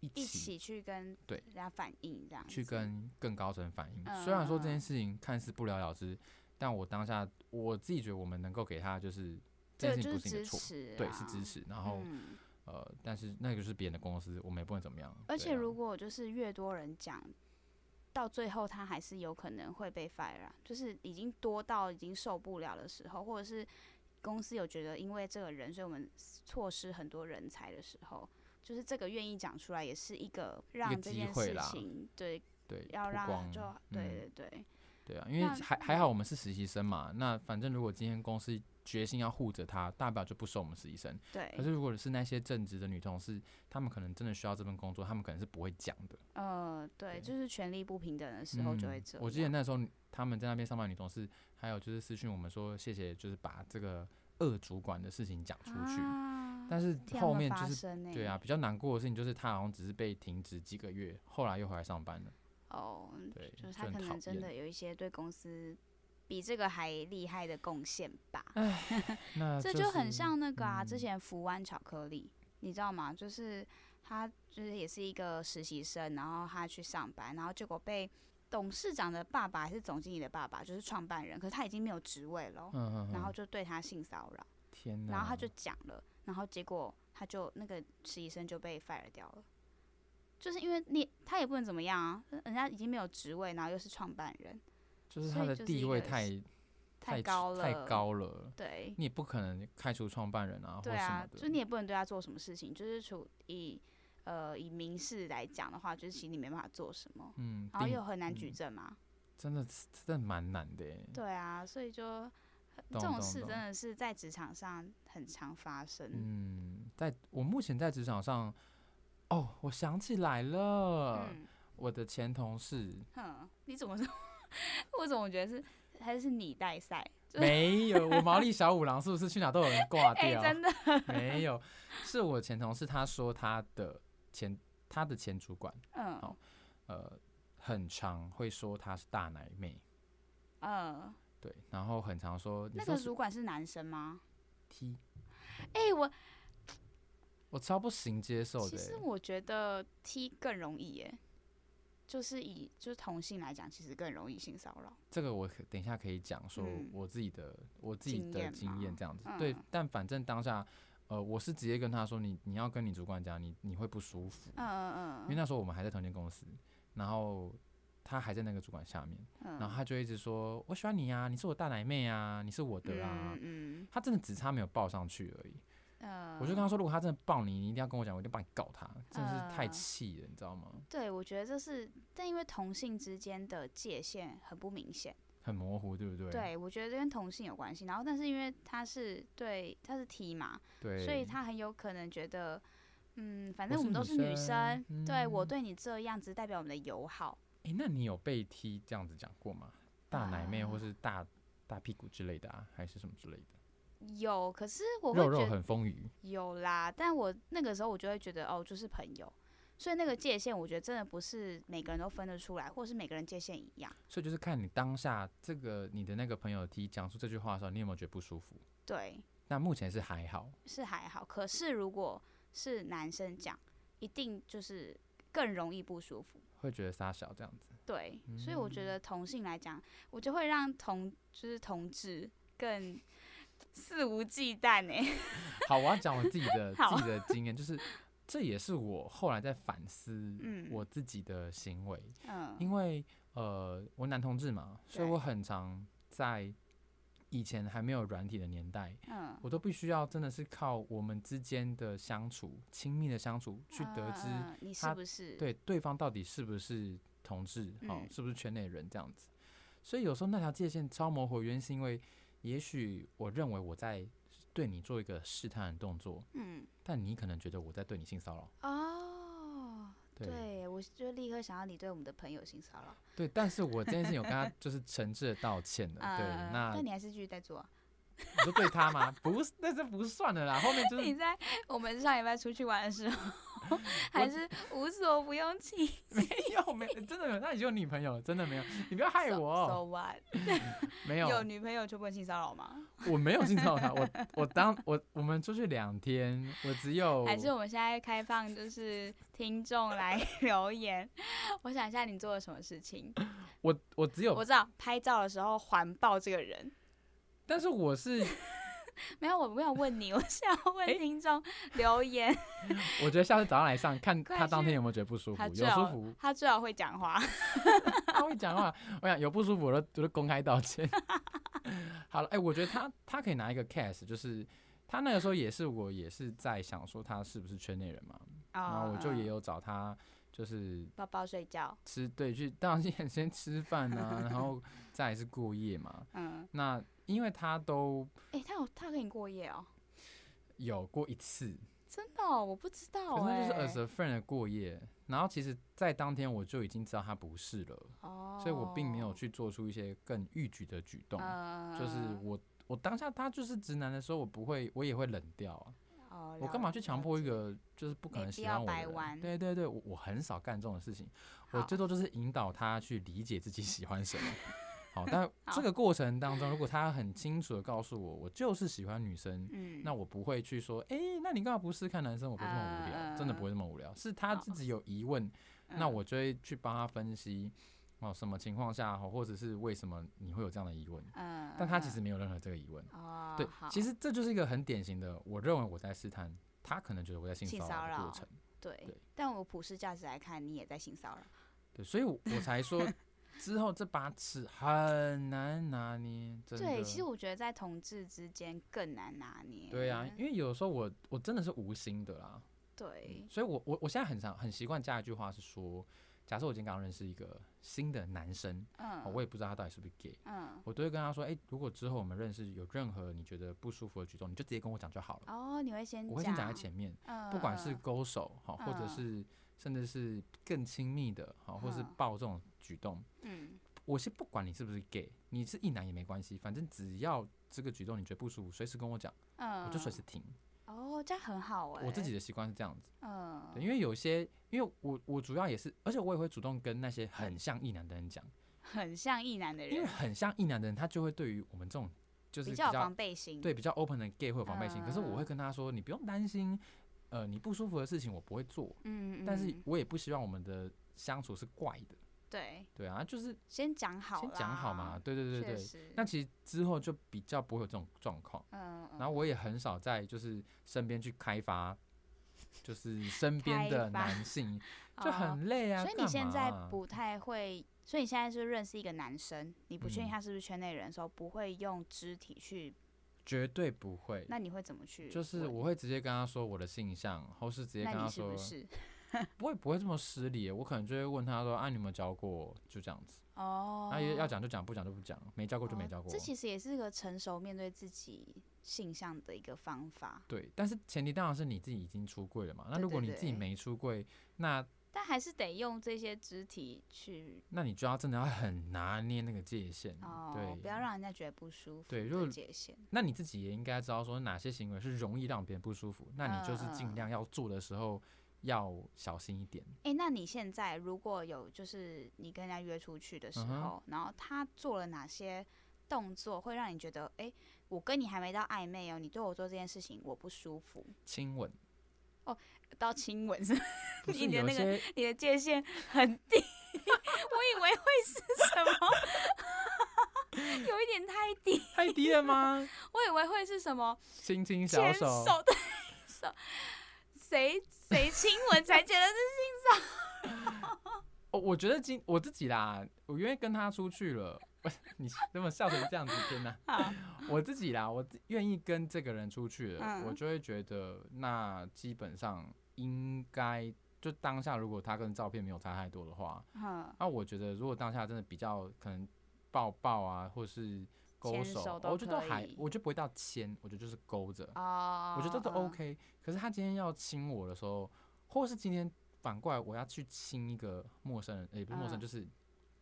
B: 一
A: 一
B: 起
A: 起去跟
B: 对
A: 人家反映这样子，
B: 去跟更高层反映。虽然说这
A: 嗯嗯
B: 件
A: 嗯
B: 事情看似不了了之，但我当下我自己觉得我们能够给他的就是这
A: 这
B: 件
A: 个就
B: 事
A: 是
B: 情不是你的
A: 支
B: 错，
A: 持，
B: 对，是支，持。然后、
A: 嗯
B: 呃，但是那个就是别人的公司，我们也不能怎么样。
A: 而
B: 对
A: 且
B: 啊
A: 如果就是越多人讲，到最后他还是有可能会被 fire，、啊、就是已经多到已经受不了的时候，或者是公司有觉得因为这个人，所以我们错失很多人才的时候，就是这个愿意讲出来，也是一个让这
B: 机
A: 件
B: 会
A: 事
B: 啦
A: 情对
B: 对
A: 要
B: 曝
A: 让
B: 光
A: 就
B: 嗯
A: 对对对，
B: 对啊，因为
A: 那嗯
B: 还还好我们是实习生嘛，那反正如果今天公司决心要护着他，大不了就不收我们实习生。
A: 对，
B: 可是如果是那些正职的女同事，她们可能真的需要这份工作，她们可能是不会讲的。
A: 呃，对，
B: 对
A: 就是权力不平等的时候就会
B: 嗯
A: 这样。
B: 我记得那时候她们在那边上班的女同事，还有就是私讯我们说谢谢，就是把这个恶主管的事情讲出去。
A: 啊
B: 但是
A: 替他
B: 后
A: 们
B: 面
A: 发
B: 就是
A: 声欸
B: 对啊，比较难过的事情就是她好像只是被停职几个月，后来又回来上班了。
A: 哦，
B: 对，
A: 就是他
B: 很
A: 可
B: 讨
A: 能真
B: 厌。
A: 的有一些对公司比这个还厉害的贡献吧。
B: 那
A: 这
B: 啊就
A: 就很
B: 是
A: 像那个啊，之
B: 嗯
A: 前福湾巧克力，你知道吗？就是他就是也是一个实习生，然后他去上班，然后结果被董事长的爸爸还是总经理的爸爸，就是创办人，可是他已经没有职位了，
B: 嗯嗯，
A: 然
B: 嗯
A: 后就对他性骚扰，
B: 天哪，
A: 然后他就讲了，然后结果他就那个实习生就被 fire 掉了。就是因为你他也不能怎么样啊，人家已经没有职位，然后又是创办人，
B: 就是
A: 所
B: 他
A: 以
B: 的
A: 就是
B: 地
A: 一
B: 位
A: 个
B: 太
A: 太
B: 太
A: 高了，
B: 太，高了，
A: 对，
B: 你也不可能开除创办人啊，或
A: 对
B: 什
A: 啊
B: 么，的。
A: 就你也不能对他做什么事情，就是处以呃以民事来讲的话，就是其实你没办法做什么，
B: 嗯，
A: 然后
B: 定
A: 又很难举
B: 嗯
A: 证嘛，
B: 真的是真的蛮难的耶。
A: 对啊，所以就这
B: 懂
A: 种
B: 懂
A: 事真
B: 懂
A: 的是在职场上很常发生，
B: 嗯嗯，在我目前在职场上，哦，我想起来了，
A: 嗯，
B: 我的前 同事
A: 哼，你怎么说？ 我怎么觉得是还是你带赛？
B: 啊
A: 就是
B: 没有，我毛利小五郎是不是去哪都有人挂
A: 哎、
B: 掉？
A: 真的，
B: 没有，是我前同事他说他的前他的前主管，
A: 嗯
B: 好呃，很常会说他是大奶妹，
A: 嗯，
B: 对，然后很常说你
A: 那
B: 就
A: 个
B: 是
A: 主管是男生吗？
B: T，
A: 哎、我
B: 我超不行接受
A: 其
B: 的欸、
A: 实我觉得 T 更容易耶，就是以就是同性来讲，其实更容易性骚扰。
B: 这个我可等一下可以讲说
A: 嗯
B: 我自己的、我自己
A: 经
B: 的
A: 验
B: 经
A: 吗
B: 验这样子，对
A: 嗯，
B: 但反正当下。呃，我是直接跟他说，你你要跟你主管讲，你你会不舒服，
A: 嗯嗯
B: 因为
A: 嗯
B: 那时候我们还在同间公司，然后他还在那个主管下面，
A: 嗯，
B: 然后他就一直说：“我喜欢你啊，你是我大奶妹啊，你是我的啊。
A: 嗯
B: 他真的只差没有抱上去而已。
A: 嗯嗯，
B: 我就跟他说：“如果他真的抱你，你一定要跟我讲，我一定帮你告他。”真的是太
A: 嗯
B: 气了，你知道吗？
A: 对，我觉得这是，但因为同性之间的界限很不明显，
B: 很模糊，对不对？
A: 对我觉得跟同性有关系。然后，但是因为他是对他是 T 嘛，
B: 对，
A: 所以他很有可能觉得，嗯，反
B: 我
A: 正
B: 是
A: 我们都
B: 女
A: 是女
B: 生
A: 生，对我
B: 嗯
A: 对你这样只代表我们的友好。
B: 诶那你有被踢这样子讲过吗？大奶妹或
A: 啊
B: 是大大屁股之类的啊，还是什么之类的？
A: 有，可是我会
B: 肉
A: 觉
B: 肉
A: 得
B: 很丰腴，
A: 有啦，但我那个时候我就会觉得，哦，就是朋友。所以那个界限，我觉得真的不是每个人都分得出来，或是每个人界限一样。
B: 所以就是看你当下这个你的那个朋友踢讲出这句话的时候，你有没有觉得不舒服？
A: 对，
B: 那目前是还好，
A: 是还好。可是如果是男生讲，一定就是更容易不舒服。
B: 会觉得撒小这样子。
A: 对，
B: 嗯
A: 所以我觉得同性来讲，我就会让同就是同志更肆无忌惮哎、
B: 好，我要讲我自己的
A: 好
B: 自己的经验，就是这也是我后来在反思
A: 嗯
B: 我自己的行为，
A: 嗯
B: 因为呃，我男同志嘛，所以
A: 对
B: 我很常在以前还没有软体的年代，
A: 嗯，
B: 我都必须要真的是靠我们之间的相处、亲密的相处去得知，
A: 嗯嗯你是
B: 他
A: 不是
B: 对对方到底是不是同志，哦，
A: 嗯
B: 是不是圈内人这样子。所以有时候那条界限超模糊，原因是因为也许我认为我在对你做一个试探的动作，
A: 嗯
B: 但你可能觉得我在对你性骚扰。
A: 哦，
B: 对
A: 对，我就立刻想到你对我们的朋友性骚扰，
B: 对但是我这件事情有跟 他就是诚挚的道歉的。对，
A: 嗯
B: 那
A: 但你还是继续在做啊，
B: 你说对他吗？不是，那这不算的啦。后面就
A: 你
B: 是
A: 在我们上礼拜出去玩的时 候，还是无所不用其极。
B: 没有没有真的没有，那你就有女朋友了真的没有，你不要 害
A: So-
B: 我
A: so
B: 哦，
A: what？
B: 没
A: 有
B: 有，
A: 女朋友就不能性骚扰吗？
B: 我没有性骚扰他，我我当我我们出去两天，我只有
A: 还是我们现在开放，就是听众来 留言。我想一下，你做了什么事 情？
B: 我我只有
A: 我，知道拍照的时候环抱这个人，
B: 但是我是
A: 没有，我没有问你，我是 要问
B: 诶
A: 听众留言。
B: 我觉得下次早上来上看
A: 快
B: 他当
A: 去
B: 天有没有觉得不舒服，
A: 他
B: 有
A: 最
B: 舒
A: 好
B: 服，
A: 他最好会讲话。
B: 他会讲话，我想有不舒服，我就我就公开道歉。 好了，哎、我觉得他他可以拿一个 case，就是他那个时候也是我也是在想说他是不是圈内人嘛，然后我就也
A: 有
B: 有找他，就是
A: 哦抱抱睡觉，
B: 吃对去，当然先吃饭 啊，然后再来是过夜嘛。
A: 嗯，
B: 那因为他都
A: 诶，他有他有跟你过夜哦，
B: 有过一次，
A: 真的、哦，我哎不知道、
B: 可
A: 诶。
B: 是那就是 as a friend 的过夜，然后其实，在当天我就已经知道他不是了。
A: 哦，
B: 所以我并没有去做出一些更逾矩的举动。
A: 嗯，
B: 就是我我当下他就是直男的时候，我不会，我也会冷掉啊。
A: 哦，
B: 我干嘛
A: 了
B: 去强
A: 了
B: 迫一
A: 解？
B: 个就是不可
A: 没
B: 能
A: 必
B: 喜
A: 要
B: 欢我
A: 掰
B: 的人？
A: 弯
B: 对对对，我我很少干这种事情，我
A: 好
B: 最多就是引导他去理解自己喜 欢什么。好，但这个过程当中，如果他很清楚的告诉我，我就是喜欢女生，
A: 嗯，
B: 那我不会去说，哎、那你干嘛不试看男生？我不会这么无聊，真的不会这么无聊。是他
A: 嗯好
B: 自己有疑问，那
A: 嗯
B: 我就会去帮他分析，哦，什么情况下，哦或者是为什么你会有这样的疑问？
A: 嗯，
B: 但他其实
A: 嗯
B: 没有任何这个疑问。
A: 哦，
B: 对，其
A: 实
B: 实这就是一个很典型的，我认为我在试探，他可能觉得我在性
A: 性
B: 骚
A: 骚
B: 扰的过
A: 扰
B: 程。
A: 对
B: 对，
A: 但我普世价值来看，你也在性骚扰。
B: 对，所以我我 才说。之后这把尺很难拿捏，真的。
A: 对，其实我觉得在同志之间更难拿捏。
B: 对啊，因为有时候我我真的是无心的啦，
A: 对，
B: 所以我我我现在很常很习惯加一句话是说，假设我今天刚认识一个新的男生，哦
A: 嗯，
B: 我也不知道他到底是不是 gay，
A: 嗯，
B: 我都会跟他说，哎、如果之后我们认识有任何你觉得不舒服的举动，你就直接跟我讲就好了。
A: 哦，你会先
B: 我会先讲在前面，
A: 嗯，
B: 不管是
A: 嗯
B: 勾手，好、或者
A: 嗯
B: 是甚至是更亲密的，好、或是
A: 嗯
B: 抱这种举动，
A: 嗯
B: 我先不管你是不是 gay，你是一男也没关系，反正只要这个举动你觉得不舒服，随时跟我讲，
A: 嗯，
B: 我就随时停。
A: 哦，这样很好哎、
B: 我自己的习惯是这样子，
A: 嗯，
B: 对，因为有些，因为我我主要也是，而且我也会主动跟那些很像异男的人讲，
A: 很像异男的
B: 因为
A: 人，
B: 很像异男的人，他就会对于我们这种就是
A: 比
B: 比
A: 较有
B: 较
A: 防备心。
B: 对比较 open 的 gay 会有防备心，可是我
A: 嗯嗯
B: 会
A: 嗯
B: 跟他说，你不用担心，呃，你不舒服的事情我不会做，
A: 嗯，嗯，
B: 但是
A: 嗯
B: 我也不希望我们的相处是怪的，
A: 对，
B: 对啊，就是
A: 先讲好，
B: 先讲好嘛，，对对对
A: 确
B: 对。
A: 实，
B: 那其实之后就比较不会有这种状况，
A: 嗯，嗯
B: 然后我也很少在就是身边去开发，就是身边的
A: 开发
B: 男性，
A: 嗯
B: 就
A: 哦
B: 很累啊。
A: 所以你
B: 干
A: 现在
B: 嘛啊
A: 不太会，所以你现在就认识一个男生，你不确定
B: 嗯
A: 他是不是圈内人的时候，不会用肢体去，
B: 绝对不会，
A: 那你会怎么去？
B: 就是我，会直接跟他说我的性向，或是直接
A: 那
B: 跟他
A: 你是
B: 说，
A: 不是？
B: 不会不会这么失礼，我可能就会问他说啊，你有没有教过？就这样子，
A: 哦，
B: 那也要讲就讲，不讲就不讲，没教过就没
A: 哦
B: 教过
A: 这。其实也是个成熟面对自己性向的一个方法，
B: 对，但是前提当然是你自己已经出柜了嘛。那
A: 对
B: 如果
A: 对
B: 你自己
A: 对
B: 没出柜，那
A: 但还是得用这些肢体去
B: 那你就要真的要很拿捏那个界限，
A: 哦，不
B: 对
A: 要。让人家觉得不舒服
B: 对
A: 的
B: 如果
A: 界限。
B: 那你自己也应该知道说哪些行为是容易让别人不舒服，那你就是
A: 嗯嗯
B: 尽量要做的时候要小心一点。
A: 哎、那你现在如果有就是你跟人家约出去的时
B: 嗯哼
A: 候，然后他做了哪些动作会让你觉得，哎、我跟你还没到暧昧哦，你对我做这件事情我不舒服，
B: 亲吻，
A: 到亲吻是
B: 不是
A: 你的
B: 有一
A: 那个
B: 些
A: 你的界限很低， 我以为会是什么， 有一点太低，
B: 太低了吗？
A: 我以为会是什么
B: 亲亲小
A: 牵
B: 手，
A: 手的手，谁谁亲吻才觉得是
B: 哦，我觉得今我自己啦，我因为跟他出去了， 你那么笑成这样子，天哪！
A: 好，
B: 我自己啦，我自愿意跟这个人出去了，
A: 嗯
B: 我就会觉得那基本上应该就当下，如果他跟照片没有差太多的话，
A: 嗯，
B: 那我觉得如果当下真的比较可能抱抱啊，或是勾
A: 牵
B: 手，
A: 手
B: 我
A: 都
B: 觉得都
A: 可
B: 还
A: 以，
B: 我就不会到牵，我觉得就是勾着，
A: 哦，
B: 我觉得都
A: 嗯
B: OK、可是他今天要亲我的时候，或是今天反过来我要去亲一个陌生人，也、不是陌生
A: 嗯
B: 人，就是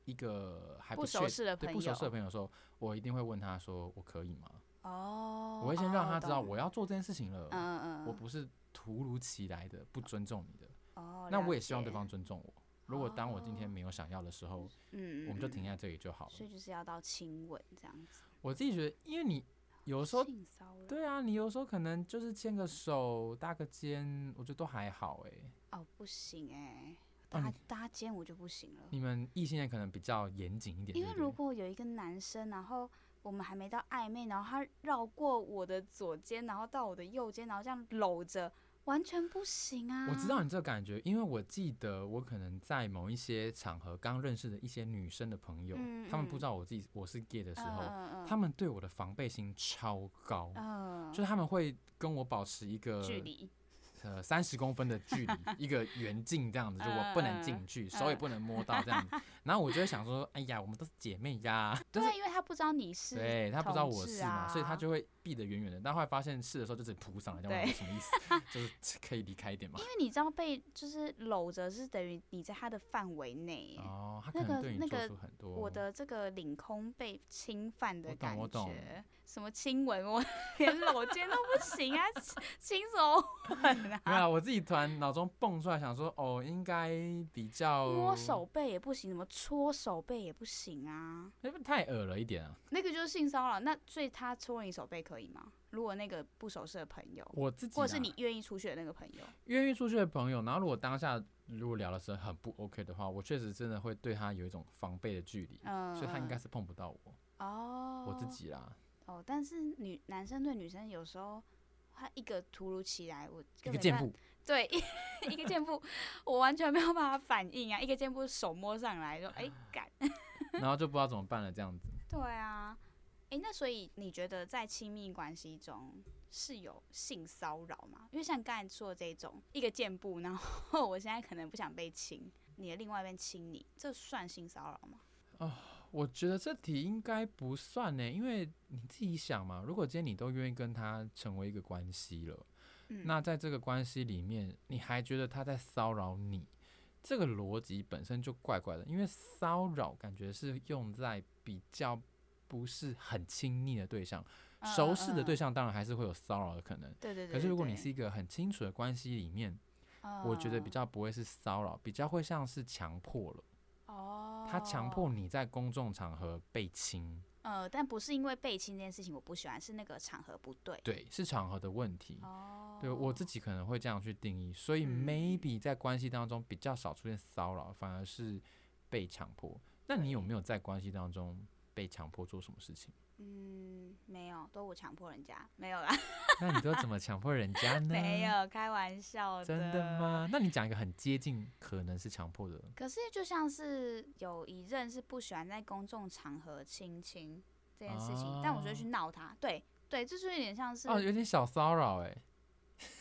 B: 一个还
A: 不
B: 确
A: 熟识的
B: 对
A: 朋
B: 不熟
A: 友
B: 识的朋友的时候，我一定会问他说：“我可以吗？”
A: 哦，
B: 我会先让他知道
A: 哦懂
B: 我要做这件事情了，
A: 嗯嗯嗯，
B: 我不是突如其来的不尊重你的。
A: 哦，
B: 那
A: 了
B: 我也希望对
A: 解
B: 方，尊重我。如果当我今天
A: 哦
B: 没有想要的时候，
A: 嗯，嗯
B: 我们就
A: 嗯
B: 停在这里就好了。
A: 所以就是要到亲吻这样子。
B: 我自己觉得，因为你有时候
A: 性骚扰
B: 对啊，你有时候可能就是牵个手、搭个肩，我觉得都还好哎、
A: 哦不行哎，
B: 哦
A: 搭
B: 你
A: 搭肩我就不行了，
B: 你们异性恋可能比较严谨一点，
A: 因
B: 对
A: 为
B: 不对
A: 如果有一个男生，然后我们还没到暧昧，然后他绕过我的左肩，然后到我的右肩，然后这样搂着，完全不行啊。
B: 我知道你这个感觉，因为我记得我可能在某一些场合刚认识的一些女生的朋友，
A: 嗯
B: 他们不
A: 嗯
B: 知道我自己我是 gay 的时候，
A: 嗯
B: 他们对我的防备心超高，
A: 嗯，
B: 就是他们会跟我保持一个
A: 距离，
B: 呃三十公分的距 离，一个远近这样
A: 嗯
B: 子，就我不能进去，手也不能摸到这样子。然后我就会想说，哎呀，我们都是姐妹 呀，但是
A: 对，因为他不知道你是，
B: 对他不知道我
A: 同
B: 是
A: 志
B: 嘛，所以
A: 啊
B: 他就会避得远远的。但后来发现是的时候，就直接扑上来，这样
A: 对
B: 我什么意思？就是 可以离开一点嘛。
A: 因为你知道被就是搂着是等于你在他的范围内耶。
B: 哦，他
A: 那
B: 可能
A: 个
B: 对
A: 那
B: 你做
A: 个
B: 出很多。
A: 我的这个领空被侵犯的
B: 我
A: 感
B: 懂
A: 觉，
B: 我懂
A: 什么亲吻，我 连搂肩都不行啊，亲亲什么吻
B: 没有
A: 啊？
B: 啦，我自己突然脑中蹦出来，想说哦，应该比较
A: 摸手，背也不行，什么戳手背也不行啊，
B: 那不太恶了一点啊。
A: 那个就是性骚扰。那所以他戳你手背可以吗？如果那个不熟识的朋友，
B: 我啊自己
A: 或者是
B: 啦
A: 你愿意出去的那个朋友，
B: 愿意出去的朋友，然后如果当下如果聊的时候很不 OK 的话，我确实真的会对他有一种防备的距离，
A: 嗯，
B: 所以他应该
A: 嗯
B: 是碰不到我，
A: 哦，
B: 我自己啦。
A: 哦，但是女男生对女生有时候。他一个突如其来，我
B: 一
A: 根
B: 个
A: 本没
B: 箭
A: 办
B: 步，
A: 对， 一一个箭步，我完全没有办法反应啊！一个箭步手摸上来，说：“哎、 敢。
B: 然后就不知道怎么办了，这样子。”
A: 对啊，哎、那所以你觉得在亲密关系中是有性骚扰吗？因为像刚才说的这种，一个箭步，然后 我现在可能不想被亲，你的另外一边亲你，这算性骚扰吗？
B: 我觉得这题应该不算呢，因为你自己想嘛，如果今天你都愿意跟他成为一个关系了，
A: 嗯，
B: 那在这个关系里面，你还觉得他在骚扰你，这个逻辑本身就怪怪的，因为骚扰感觉是用在比较不是很亲密的对象，
A: 嗯
B: 熟识的
A: 嗯
B: 对，
A: 嗯
B: 象当然还是会有骚扰的可能
A: 嗯。对对对。
B: 可是如果
A: 对
B: 你是，一个很清楚的关系里面，我觉得
A: 嗯
B: 比较不会是骚扰，比较会像是强迫了。
A: 哦，
B: 他强迫你在公众场合被亲，
A: 呃，但不是因为被亲这件事情我不喜欢，是那个场合不对。
B: 对，是场合的问题。
A: 哦，
B: 对我自己可能会这样去定义，所以
A: 嗯
B: maybe 在关系当中比较少出现骚扰，反而是被强迫。那你有没有在关系当中被强迫做什么事 情？
A: 嗯，没有，都我强迫人家，没有啦，
B: 那你都怎么强迫人家呢？
A: 没，有，开玩笑
B: 真的？吗？那你讲一个很接近可能是强迫的，
A: 可是就像是有一任是不喜欢在公众场合亲亲这件事情，但我就会去闹他。对对，这就有点像是、
B: 哦，有点小骚扰哎，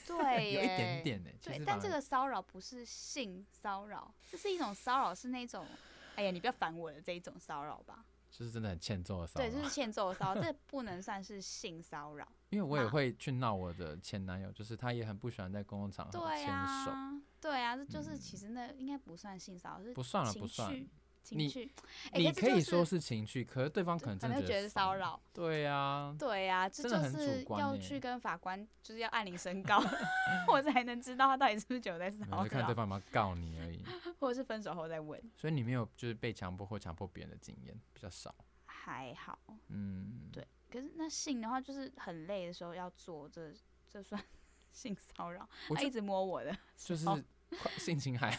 A: 对
B: 有一点
A: 耶。
B: 点哎，其
A: 对
B: 实，
A: 但
B: 反
A: 这
B: 而
A: 个骚扰不是性骚扰，这是一种骚扰，是那种，哎呀，你不要烦我的这一种骚扰吧？
B: 就是真的很欠揍的骚扰
A: 对，。就是欠揍的骚扰，这不能算是性骚 扰。
B: 因为我也
A: 骂
B: 会去闹我的前男友，就是他也很不喜欢在公共场合
A: 对啊
B: 牵手，
A: 呀，对啊，这就是
B: 嗯
A: 其实那应该不算性骚扰，是
B: 不算了，
A: 情
B: 不算。
A: 绪，情
B: 你
A: 绪，哎
B: 你
A: 这
B: 可
A: 就
B: 以说
A: 是
B: 是情趣，可是对方可能真
A: 反
B: 的
A: 正觉得骚
B: 扰。
A: 扰。
B: 对啊，
A: 对呀，这
B: 真的
A: 就
B: 很主
A: 是
B: 观
A: 要
B: 欸
A: 去跟法官，就是要按铃申告， 我才能知道他到底是不是觉得我在
B: 我
A: 骚
B: 就看对
A: 扰，
B: 方有没有告你而已。
A: 或者是分手后再问。
B: 所以你没有就是被强迫或强迫别人的经验比较少。
A: 还好，
B: 嗯，
A: 对可是那性的话，就是很累的时候要做，这这算 性骚扰？
B: 我
A: 他
B: 就
A: 一直摸我的，
B: 就是
A: 哦
B: 快性侵害。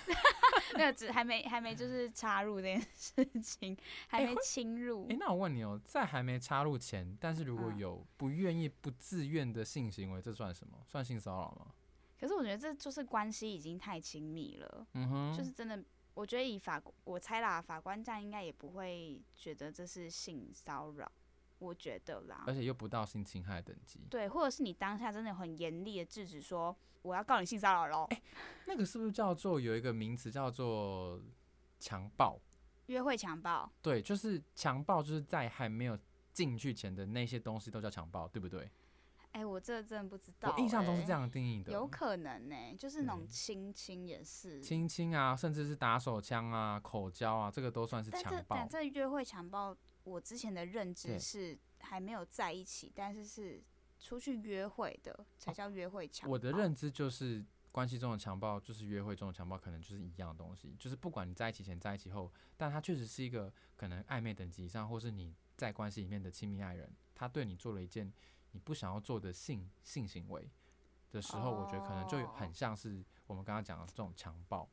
A: 没有，只还没还没就是插入这件事情，还
B: 哎
A: 没侵入。
B: 诶，那我问你哦，在还没插入前，但是如果
A: 嗯
B: 有不愿意、不自愿的性行为，这算什么？算性骚扰吗？
A: 可是我觉得这就是关系已经太亲密了，
B: 嗯哼，
A: 就是真的，我觉得以法官我猜啦，法官这样应该也不会觉得这是性骚扰，我觉得啦
B: 而。且又不到性侵害等级，
A: 对，或者是你当下真的很严厉的制止说我要告你性骚扰喽，
B: 哎那个是不是叫做有一个名词叫做强暴？
A: 约会强暴，
B: 对，就是强暴，就是在还没有进去前的那些东西都叫强暴，对不对？
A: 哎、我这真的不知道、
B: 我印象中是这
A: 哎，
B: 样定义的。
A: 有可能呢、欸就是那种
B: 对
A: 亲亲也是，
B: 亲亲啊，甚至是打手枪啊、口交啊，这个都算是
A: 但
B: 强
A: 这
B: 暴
A: 但。这约会强暴，我之前的认知
B: 对
A: 是还没有在一起，但是是出去约会的才叫约会强暴。
B: 哦我的认知就是，关系中的强暴就是约会中的强暴，可能就是一样的东西，就是不管你在一起前、在一起后，但它确实是一个可能暧昧等级以上，或是你在关系里面的亲密爱人，他对你做了一件你不想要做的性性行为的时候，我觉得可能就
A: 哦
B: 很像是我们刚刚讲的这种强暴，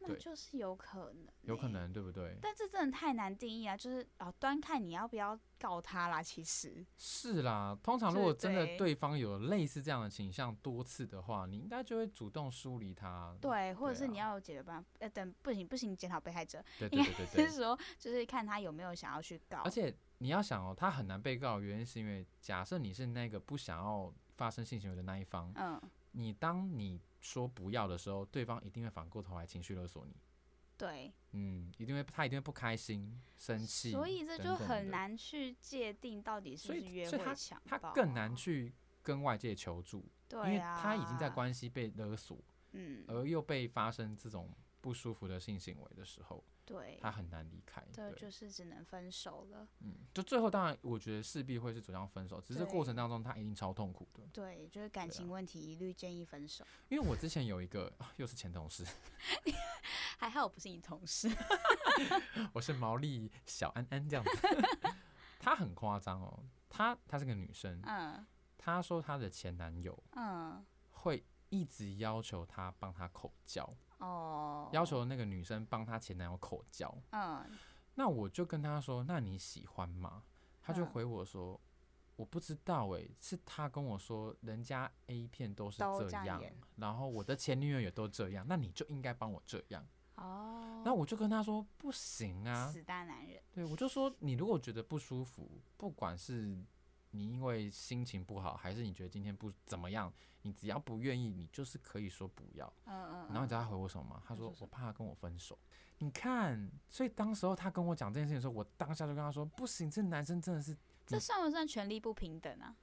A: 那
B: 对
A: 就是有可能、欸
B: 有可。能对不对？
A: 但这真的太难定义啊！就是哦，端看你要不要告他啦。其实，
B: 是啦，通常如
A: 是
B: 果真的
A: 对
B: 对方有类似这样的倾向多次的话，你应该就会主动疏离他。
A: 对，或者是
B: 对
A: 你
B: 啊
A: 要有解决办法。呃，等不行不行，检讨被害者，
B: 对对对对
A: 就
B: 对
A: 是说，就是看他有没有想要去告。
B: 而且你要想哦，他很难被告的原因是因为，假设你是那个不想要发生性行为的那一方，
A: 嗯，
B: 你当你说不要的时候，对方一定会反过头来情绪勒索你。
A: 对，
B: 嗯，一定会，他一定会不开心、生气，
A: 所以这就
B: 等等
A: 很
B: 的。
A: 难去界定到底是
B: 所
A: 不
B: 以
A: 是约
B: 所以
A: 会强暴、
B: 他更难，去跟外界求助，
A: 对
B: 因为
A: 啊，
B: 他已经在，关呃系被勒索，
A: 嗯，
B: 而又被发生这种不舒服的性行为的时候，
A: 对，
B: 他很难离开。
A: 这
B: 对，
A: 就是只能分手了。
B: 嗯，就最后当然，我觉得势必会是走向分手，只是这
A: 对
B: 过程当中他一定超痛苦的。
A: 对，就是感
B: 对啊
A: 情问题一律建议分手。
B: 因为我之前有一个，啊又是前同事，
A: 还好我不是你同事，
B: 我是毛利小安安这样子， 她很夸张哦，她她是个女生，
A: 嗯
B: 她说她的前男友
A: 嗯，
B: 会一直要求她帮她口交，
A: 哦，
B: 要，求那个女生帮她前男友口交。
A: 嗯，
B: 那我就跟她说，那你喜欢吗？她就
A: 嗯
B: 回我说。我不知道诶、是她跟我说，人家 A 片都是
A: 都
B: 这
A: 这样
B: 样
A: 演，
B: 然后我的前女友也都这样，那你就应该帮我这样。
A: 哦，
B: 那我就跟他说不行啊，
A: 死大男人，
B: 对我就说你如果觉得不舒服，不管是你因为心情不好，还是你觉得今天不怎么样，你只要不愿意，你就是可以说不要。
A: 嗯嗯，
B: 然后你知道
A: 嗯
B: 他回我什么吗？
A: 他
B: 他
A: 说
B: 说
A: 什
B: 我
A: 么
B: 怕他跟我分手。你看，所以当时候他跟我讲这件事情的时候，我当下就跟他说不行，这男生真的是
A: 这算不算权力不平等啊？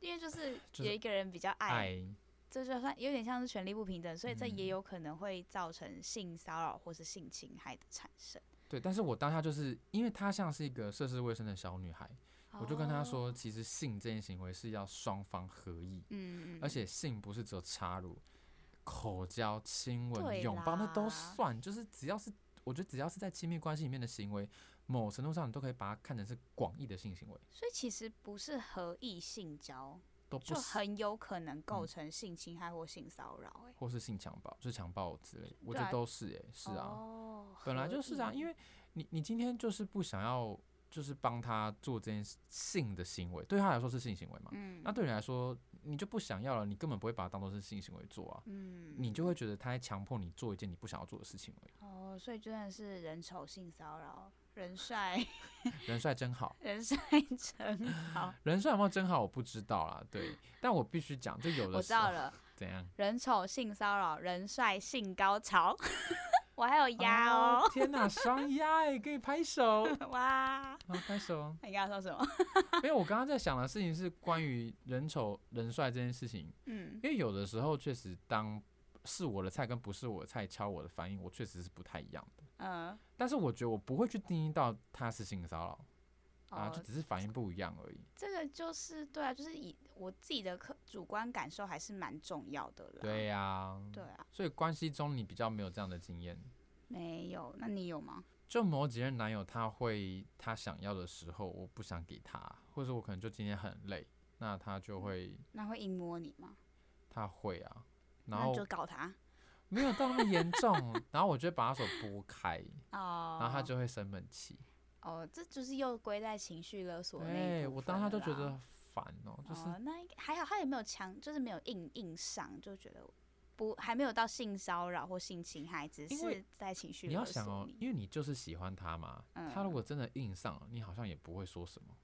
A: 因为就是
B: 就是
A: 有一个人比较爱，
B: 爱，嗯
A: 这就算有点像是权力不平等，所以这也有可能会造成性骚扰或是性侵害的产生。
B: 对，但是我当下就是因为她像是一个涉世未深的小女孩，我就跟她说，
A: 哦，
B: 其实性这件行为是要双方合意，
A: 嗯，嗯
B: 而且性不是只有插入、口交、亲吻、
A: 对
B: 拥抱，那都
A: 啦
B: 算，就是只要是我觉得只要是在亲密关系里面的行为，某程度上你都可以把它看成是广义的性行为，
A: 所以其实不是合意性交，
B: 都
A: 就
B: 不是
A: 很有可能构
B: 嗯
A: 成性侵害或性骚扰、欸。
B: 或是性强暴，就是强暴之类的，我觉
A: 对啊
B: 得都是诶、是啊。
A: 哦、
B: 本来就是啊，因
A: 为
B: 为你你今天就是不想要，就是帮他做这件事性的行为，对他来说是性行为嘛？
A: 嗯，
B: 那对你来说，你就不想要了，你根本不会把它当做是性行为做啊，
A: 嗯，
B: 你就会觉得他在强迫你做一件你不想要做的事情而已。
A: 哦，所以真的是人丑性骚扰，人帅
B: 人帅真好，
A: 人帅真好。
B: 人帅有没有真好我不知道啦，对，但我必须讲，就有
A: 我
B: 的
A: 知
B: 时候
A: 道了，
B: 怎样
A: 人丑性骚扰，人帅性高潮。 我还有鸭哦，
B: 啊天哪，双鸭哎，可以拍手，
A: 哇！
B: 好拍手。
A: 你刚刚说什么？
B: 因为我刚刚在想的事情是关于人丑人帅这件事情，
A: 嗯，
B: 因为有的时候确实，当是我的菜跟不是我的菜敲我的反应，我确实是不太一样的。
A: 呃，
B: 但是我觉得我不会去定义到他是性骚扰啊，就
A: 哦，
B: 只是反应不一样而已。
A: 这个就是对啊，就是以我自己的客主观感受还是蛮重要的啦。
B: 对呀、
A: 对啊，
B: 所以关系中你比较没有这样的经验。
A: 没有，那你有吗？
B: 就某几任男友，他会他想要的时候，我不想给他，或者说我可能就今天很累，那他就会
A: 那会硬摸你吗？
B: 他会啊，然
A: 那
B: 后
A: 就搞他
B: 没有到那么严重，然后我就会把他手拨开，
A: 哦
B: 然，后他就会生闷气。
A: 哦，这就是又归在情绪勒索那一
B: 对
A: 部
B: 我
A: 分
B: 当下
A: 了
B: 就觉
A: 啦
B: 得很烦哦，就是
A: 哦，那应该还好，他也没有强，就是没有硬硬上，就觉得不还没有到性骚扰或性侵害，只
B: 因为
A: 是在情绪
B: 你要
A: 勒
B: 想
A: 索
B: 哦，
A: 你。嗯
B: 因为你就是喜欢他嘛，他如果真的硬上了，你好像也不会说什么。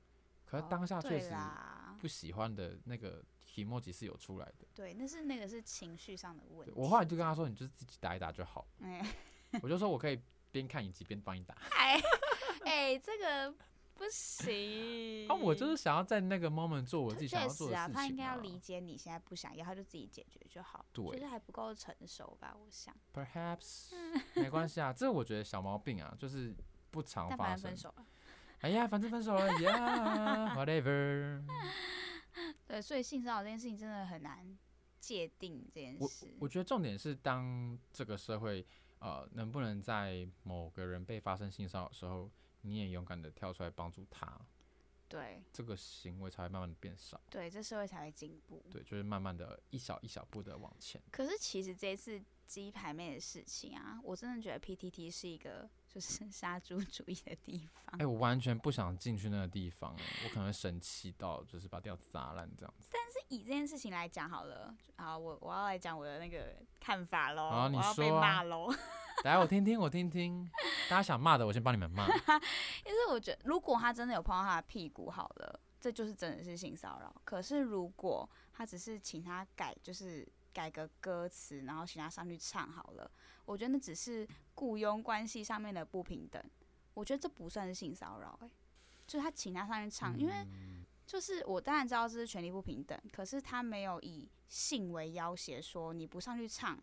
B: 可是
A: 哦
B: 当下确
A: 对
B: 实
A: 啦，
B: 不喜欢的那个题目集是有出来的。
A: 对，那是那个是情绪上的问
B: 对
A: 题。
B: 我后来就跟他说，你就自己打一打就好。
A: 哎
B: 我就说我可以边看影集边帮你打。
A: 哎哎，这个不行。
B: 啊，我就是想要在那个 moment 做我
A: 他
B: 自己想
A: 确
B: 要做
A: 实
B: 的
A: 啊，
B: 事
A: 他应
B: 情
A: 该要
B: 啊。
A: 理解你现在不想要，他就自己解决就好。就
B: 对
A: 是还不够成熟吧，我想。
B: Perhaps 没关系啊，这我觉得小毛病啊，就是不常
A: 嗯但
B: 发
A: 反正
B: 生
A: 分。手了，
B: 哎呀，反正分手了 ，Yeah，whatever。
A: 对，所以性骚扰这件事情真的很难界定这件事。
B: 我觉得重点是，当这个社会呃能不能在某个人被发生性骚扰的时候，你也勇敢的跳出来帮助他，
A: 对
B: 这个行为才会慢慢的变少。
A: 对，这社会才会进步。
B: 对，就是慢慢的一小一小步的往前。
A: 可是其实这一次鸡排妹的事情啊，我真的觉得 PTT 是一个就是杀猪主义的地方
B: 哎、。我完全不想进去那个地方、哎，我可能会生气到就是把掉砸烂这样子。
A: 以这件事情来讲好了，啊，我我要来讲我的那个看法喽，
B: 好你
A: 我要被
B: 说啊
A: 骂喽。
B: 来，我听听，我听听，大家想骂的，我先帮你们骂。
A: 因为我觉得，如果他真的有碰到他的屁股好了，这就是真的是性骚扰。可是如果他只是请他改，就是改个歌词，然后请他上去唱好了，我觉得那只是雇佣关系上面的不平等。我觉得这不算是性骚扰、欸，就是他请他上去唱，因为
B: 嗯
A: 就是我当然知道这是权力不平等，可是他没有以性为要挟，说你不上去唱，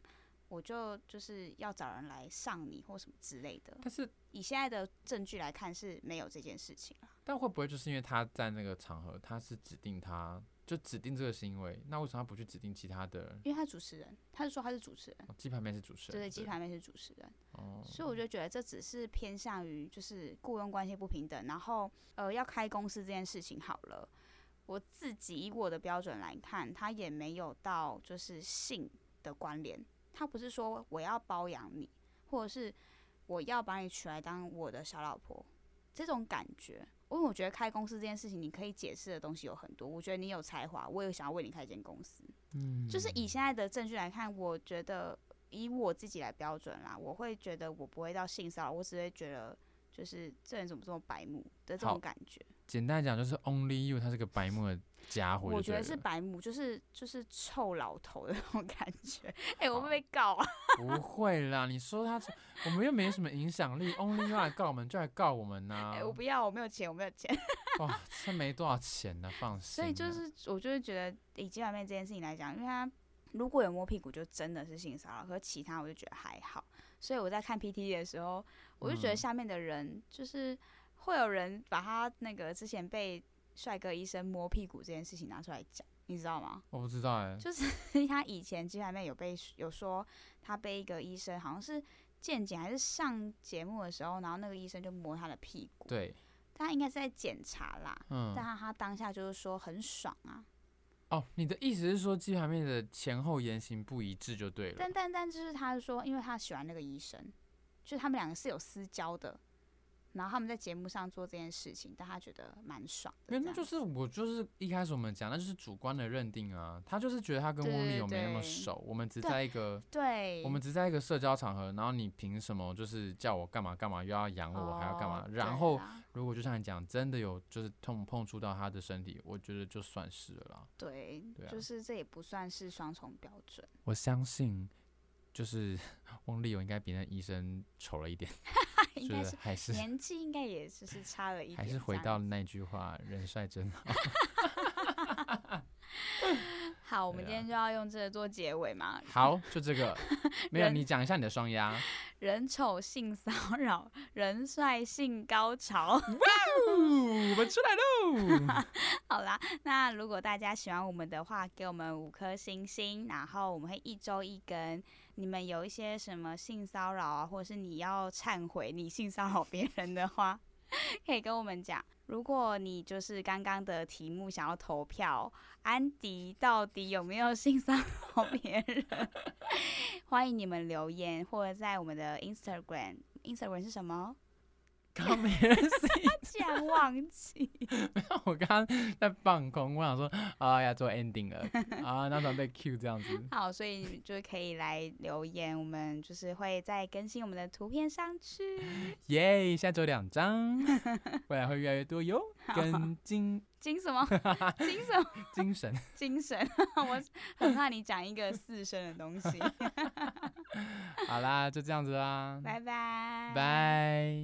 A: 我就就是要找人来上你或什么之类的。
B: 但是，
A: 以现在的证据来看是没有这件事情了。
B: 但会不会就是因为他在那个场合，他是指定他就指定这个行为，那为什么他不去指定其他的人？
A: 因为他主持人，他是说他是主持人，
B: 哦鸡排妹是主持
A: 对
B: 人，
A: 对，鸡排妹是主持人，
B: 哦，
A: 所以我就觉得这只是偏向于就是雇佣关系不平等，然后呃要开公司这件事情好了，我自己以我的标准来看，他也没有到就是性的关联，他不是说我要包养你，或者是我要把你娶来当我的小老婆这种感觉。因为我觉得开公司这件事情，你可以解释的东西有很多。我觉得你有才华，我也想要为你开一间公司。
B: 嗯
A: 就是以现在的证据来看，我觉得以我自己来标准啦，我会觉得我不会到性骚扰，我只会觉得就是这人怎么这么白目的这
B: 好
A: 种感觉。
B: 简单讲就是 Only You，他是个白目的家伙就对了，
A: 我觉得是白目，就是就是臭老头的那种感觉。 哎、我会不
B: 好
A: 会被告啊？
B: 不会啦。你说他是，我们又没什么影响力，Only You 来告我们就来告我们呐、
A: 哎、我不要，我没有钱，我没有钱。
B: 哇，这没多少钱呢、放心啊。
A: 所以就是，我就会觉得以鸡排妹这件事情来讲，因为她如果有摸屁股，就真的是性骚扰，可是其他我就觉得还好。所以我在看 PTT 的时候，我就觉得
B: 嗯
A: 下面的人就是会有人把他那个之前被帅哥医生摸屁股这件事情拿出来讲，你知道吗？
B: 我不知道哎、
A: 就是他以前其实还没有被有说他被一个医生好像是健检还是上节目的时候，然后那个医生就摸他的屁股，
B: 对，
A: 他应该是在检查啦，
B: 嗯，
A: 但他他当下就是说很爽啊，
B: 哦，你的意思是说鸡排妹的前后言行不一致就对了
A: 但？但但就是他说，因为他喜欢那个医生，就他们两个是有私交的，然后他们在节目上做这件事情，但他觉得蛮爽的这
B: 没有，
A: 样。
B: 那就是我就是一开始我们讲，那就是主观的认定啊。他就是觉得他跟
A: 对
B: 翁立
A: 对
B: 友没那么
A: 对
B: 熟，我们只
A: 对
B: 在一个
A: 对，
B: 我们只在一个社交场合，然后你凭什么就是叫我干嘛干嘛，又要养我，我还要干嘛
A: 哦？对
B: 然后
A: 啦
B: 如果就像你讲，真的有就是碰碰触到他的身体，我觉得就算是了啦。
A: 对，
B: 对啊
A: 就是这也不算是双重标 准。
B: 我相信，就是 翁立友应该比那医生丑了一点，
A: 应
B: 就
A: 该
B: 是
A: 是
B: 还是
A: 年纪应该也就是差了一点这
B: 还
A: 样子，
B: 是回到那句话，人帅真好。
A: 好，我们
B: 对
A: 今
B: 啊
A: 天就要用这个做结尾嘛。
B: 好，就这个，没有
A: 人
B: 你讲一下你的双 鸭。
A: 人丑性骚扰，人帅性高潮。
B: 哦，我们出来喽。
A: 好啦，那如果大家喜欢我们的话，给我们五颗星星，然后我们会一周一更。你们有一些什么性骚扰啊，或者是你要忏悔你性骚扰别人的话， 可以跟我们讲。如果你就是刚刚的题目想要投票，安迪到底有没有性骚扰别人？ 欢迎你们留言，或者在我们的 Instagram。Instagram 是什么？
B: 刚没人 信，
A: 竟然忘记。
B: 我刚刚在放空，我想说，啊要做 ending 了啊，那怎么被 Q 这样子？
A: 好，所以就是可以来留言，我们就是会再更新我们的图片上去。
B: 耶，现在只有 两张，未来会越来越多哟。跟精
A: 精什么？精什么？
B: 精神，
A: 精神？ 我很怕你讲一个四声的东西。
B: 好啦，就这样子啦，
A: 拜拜。
B: 拜。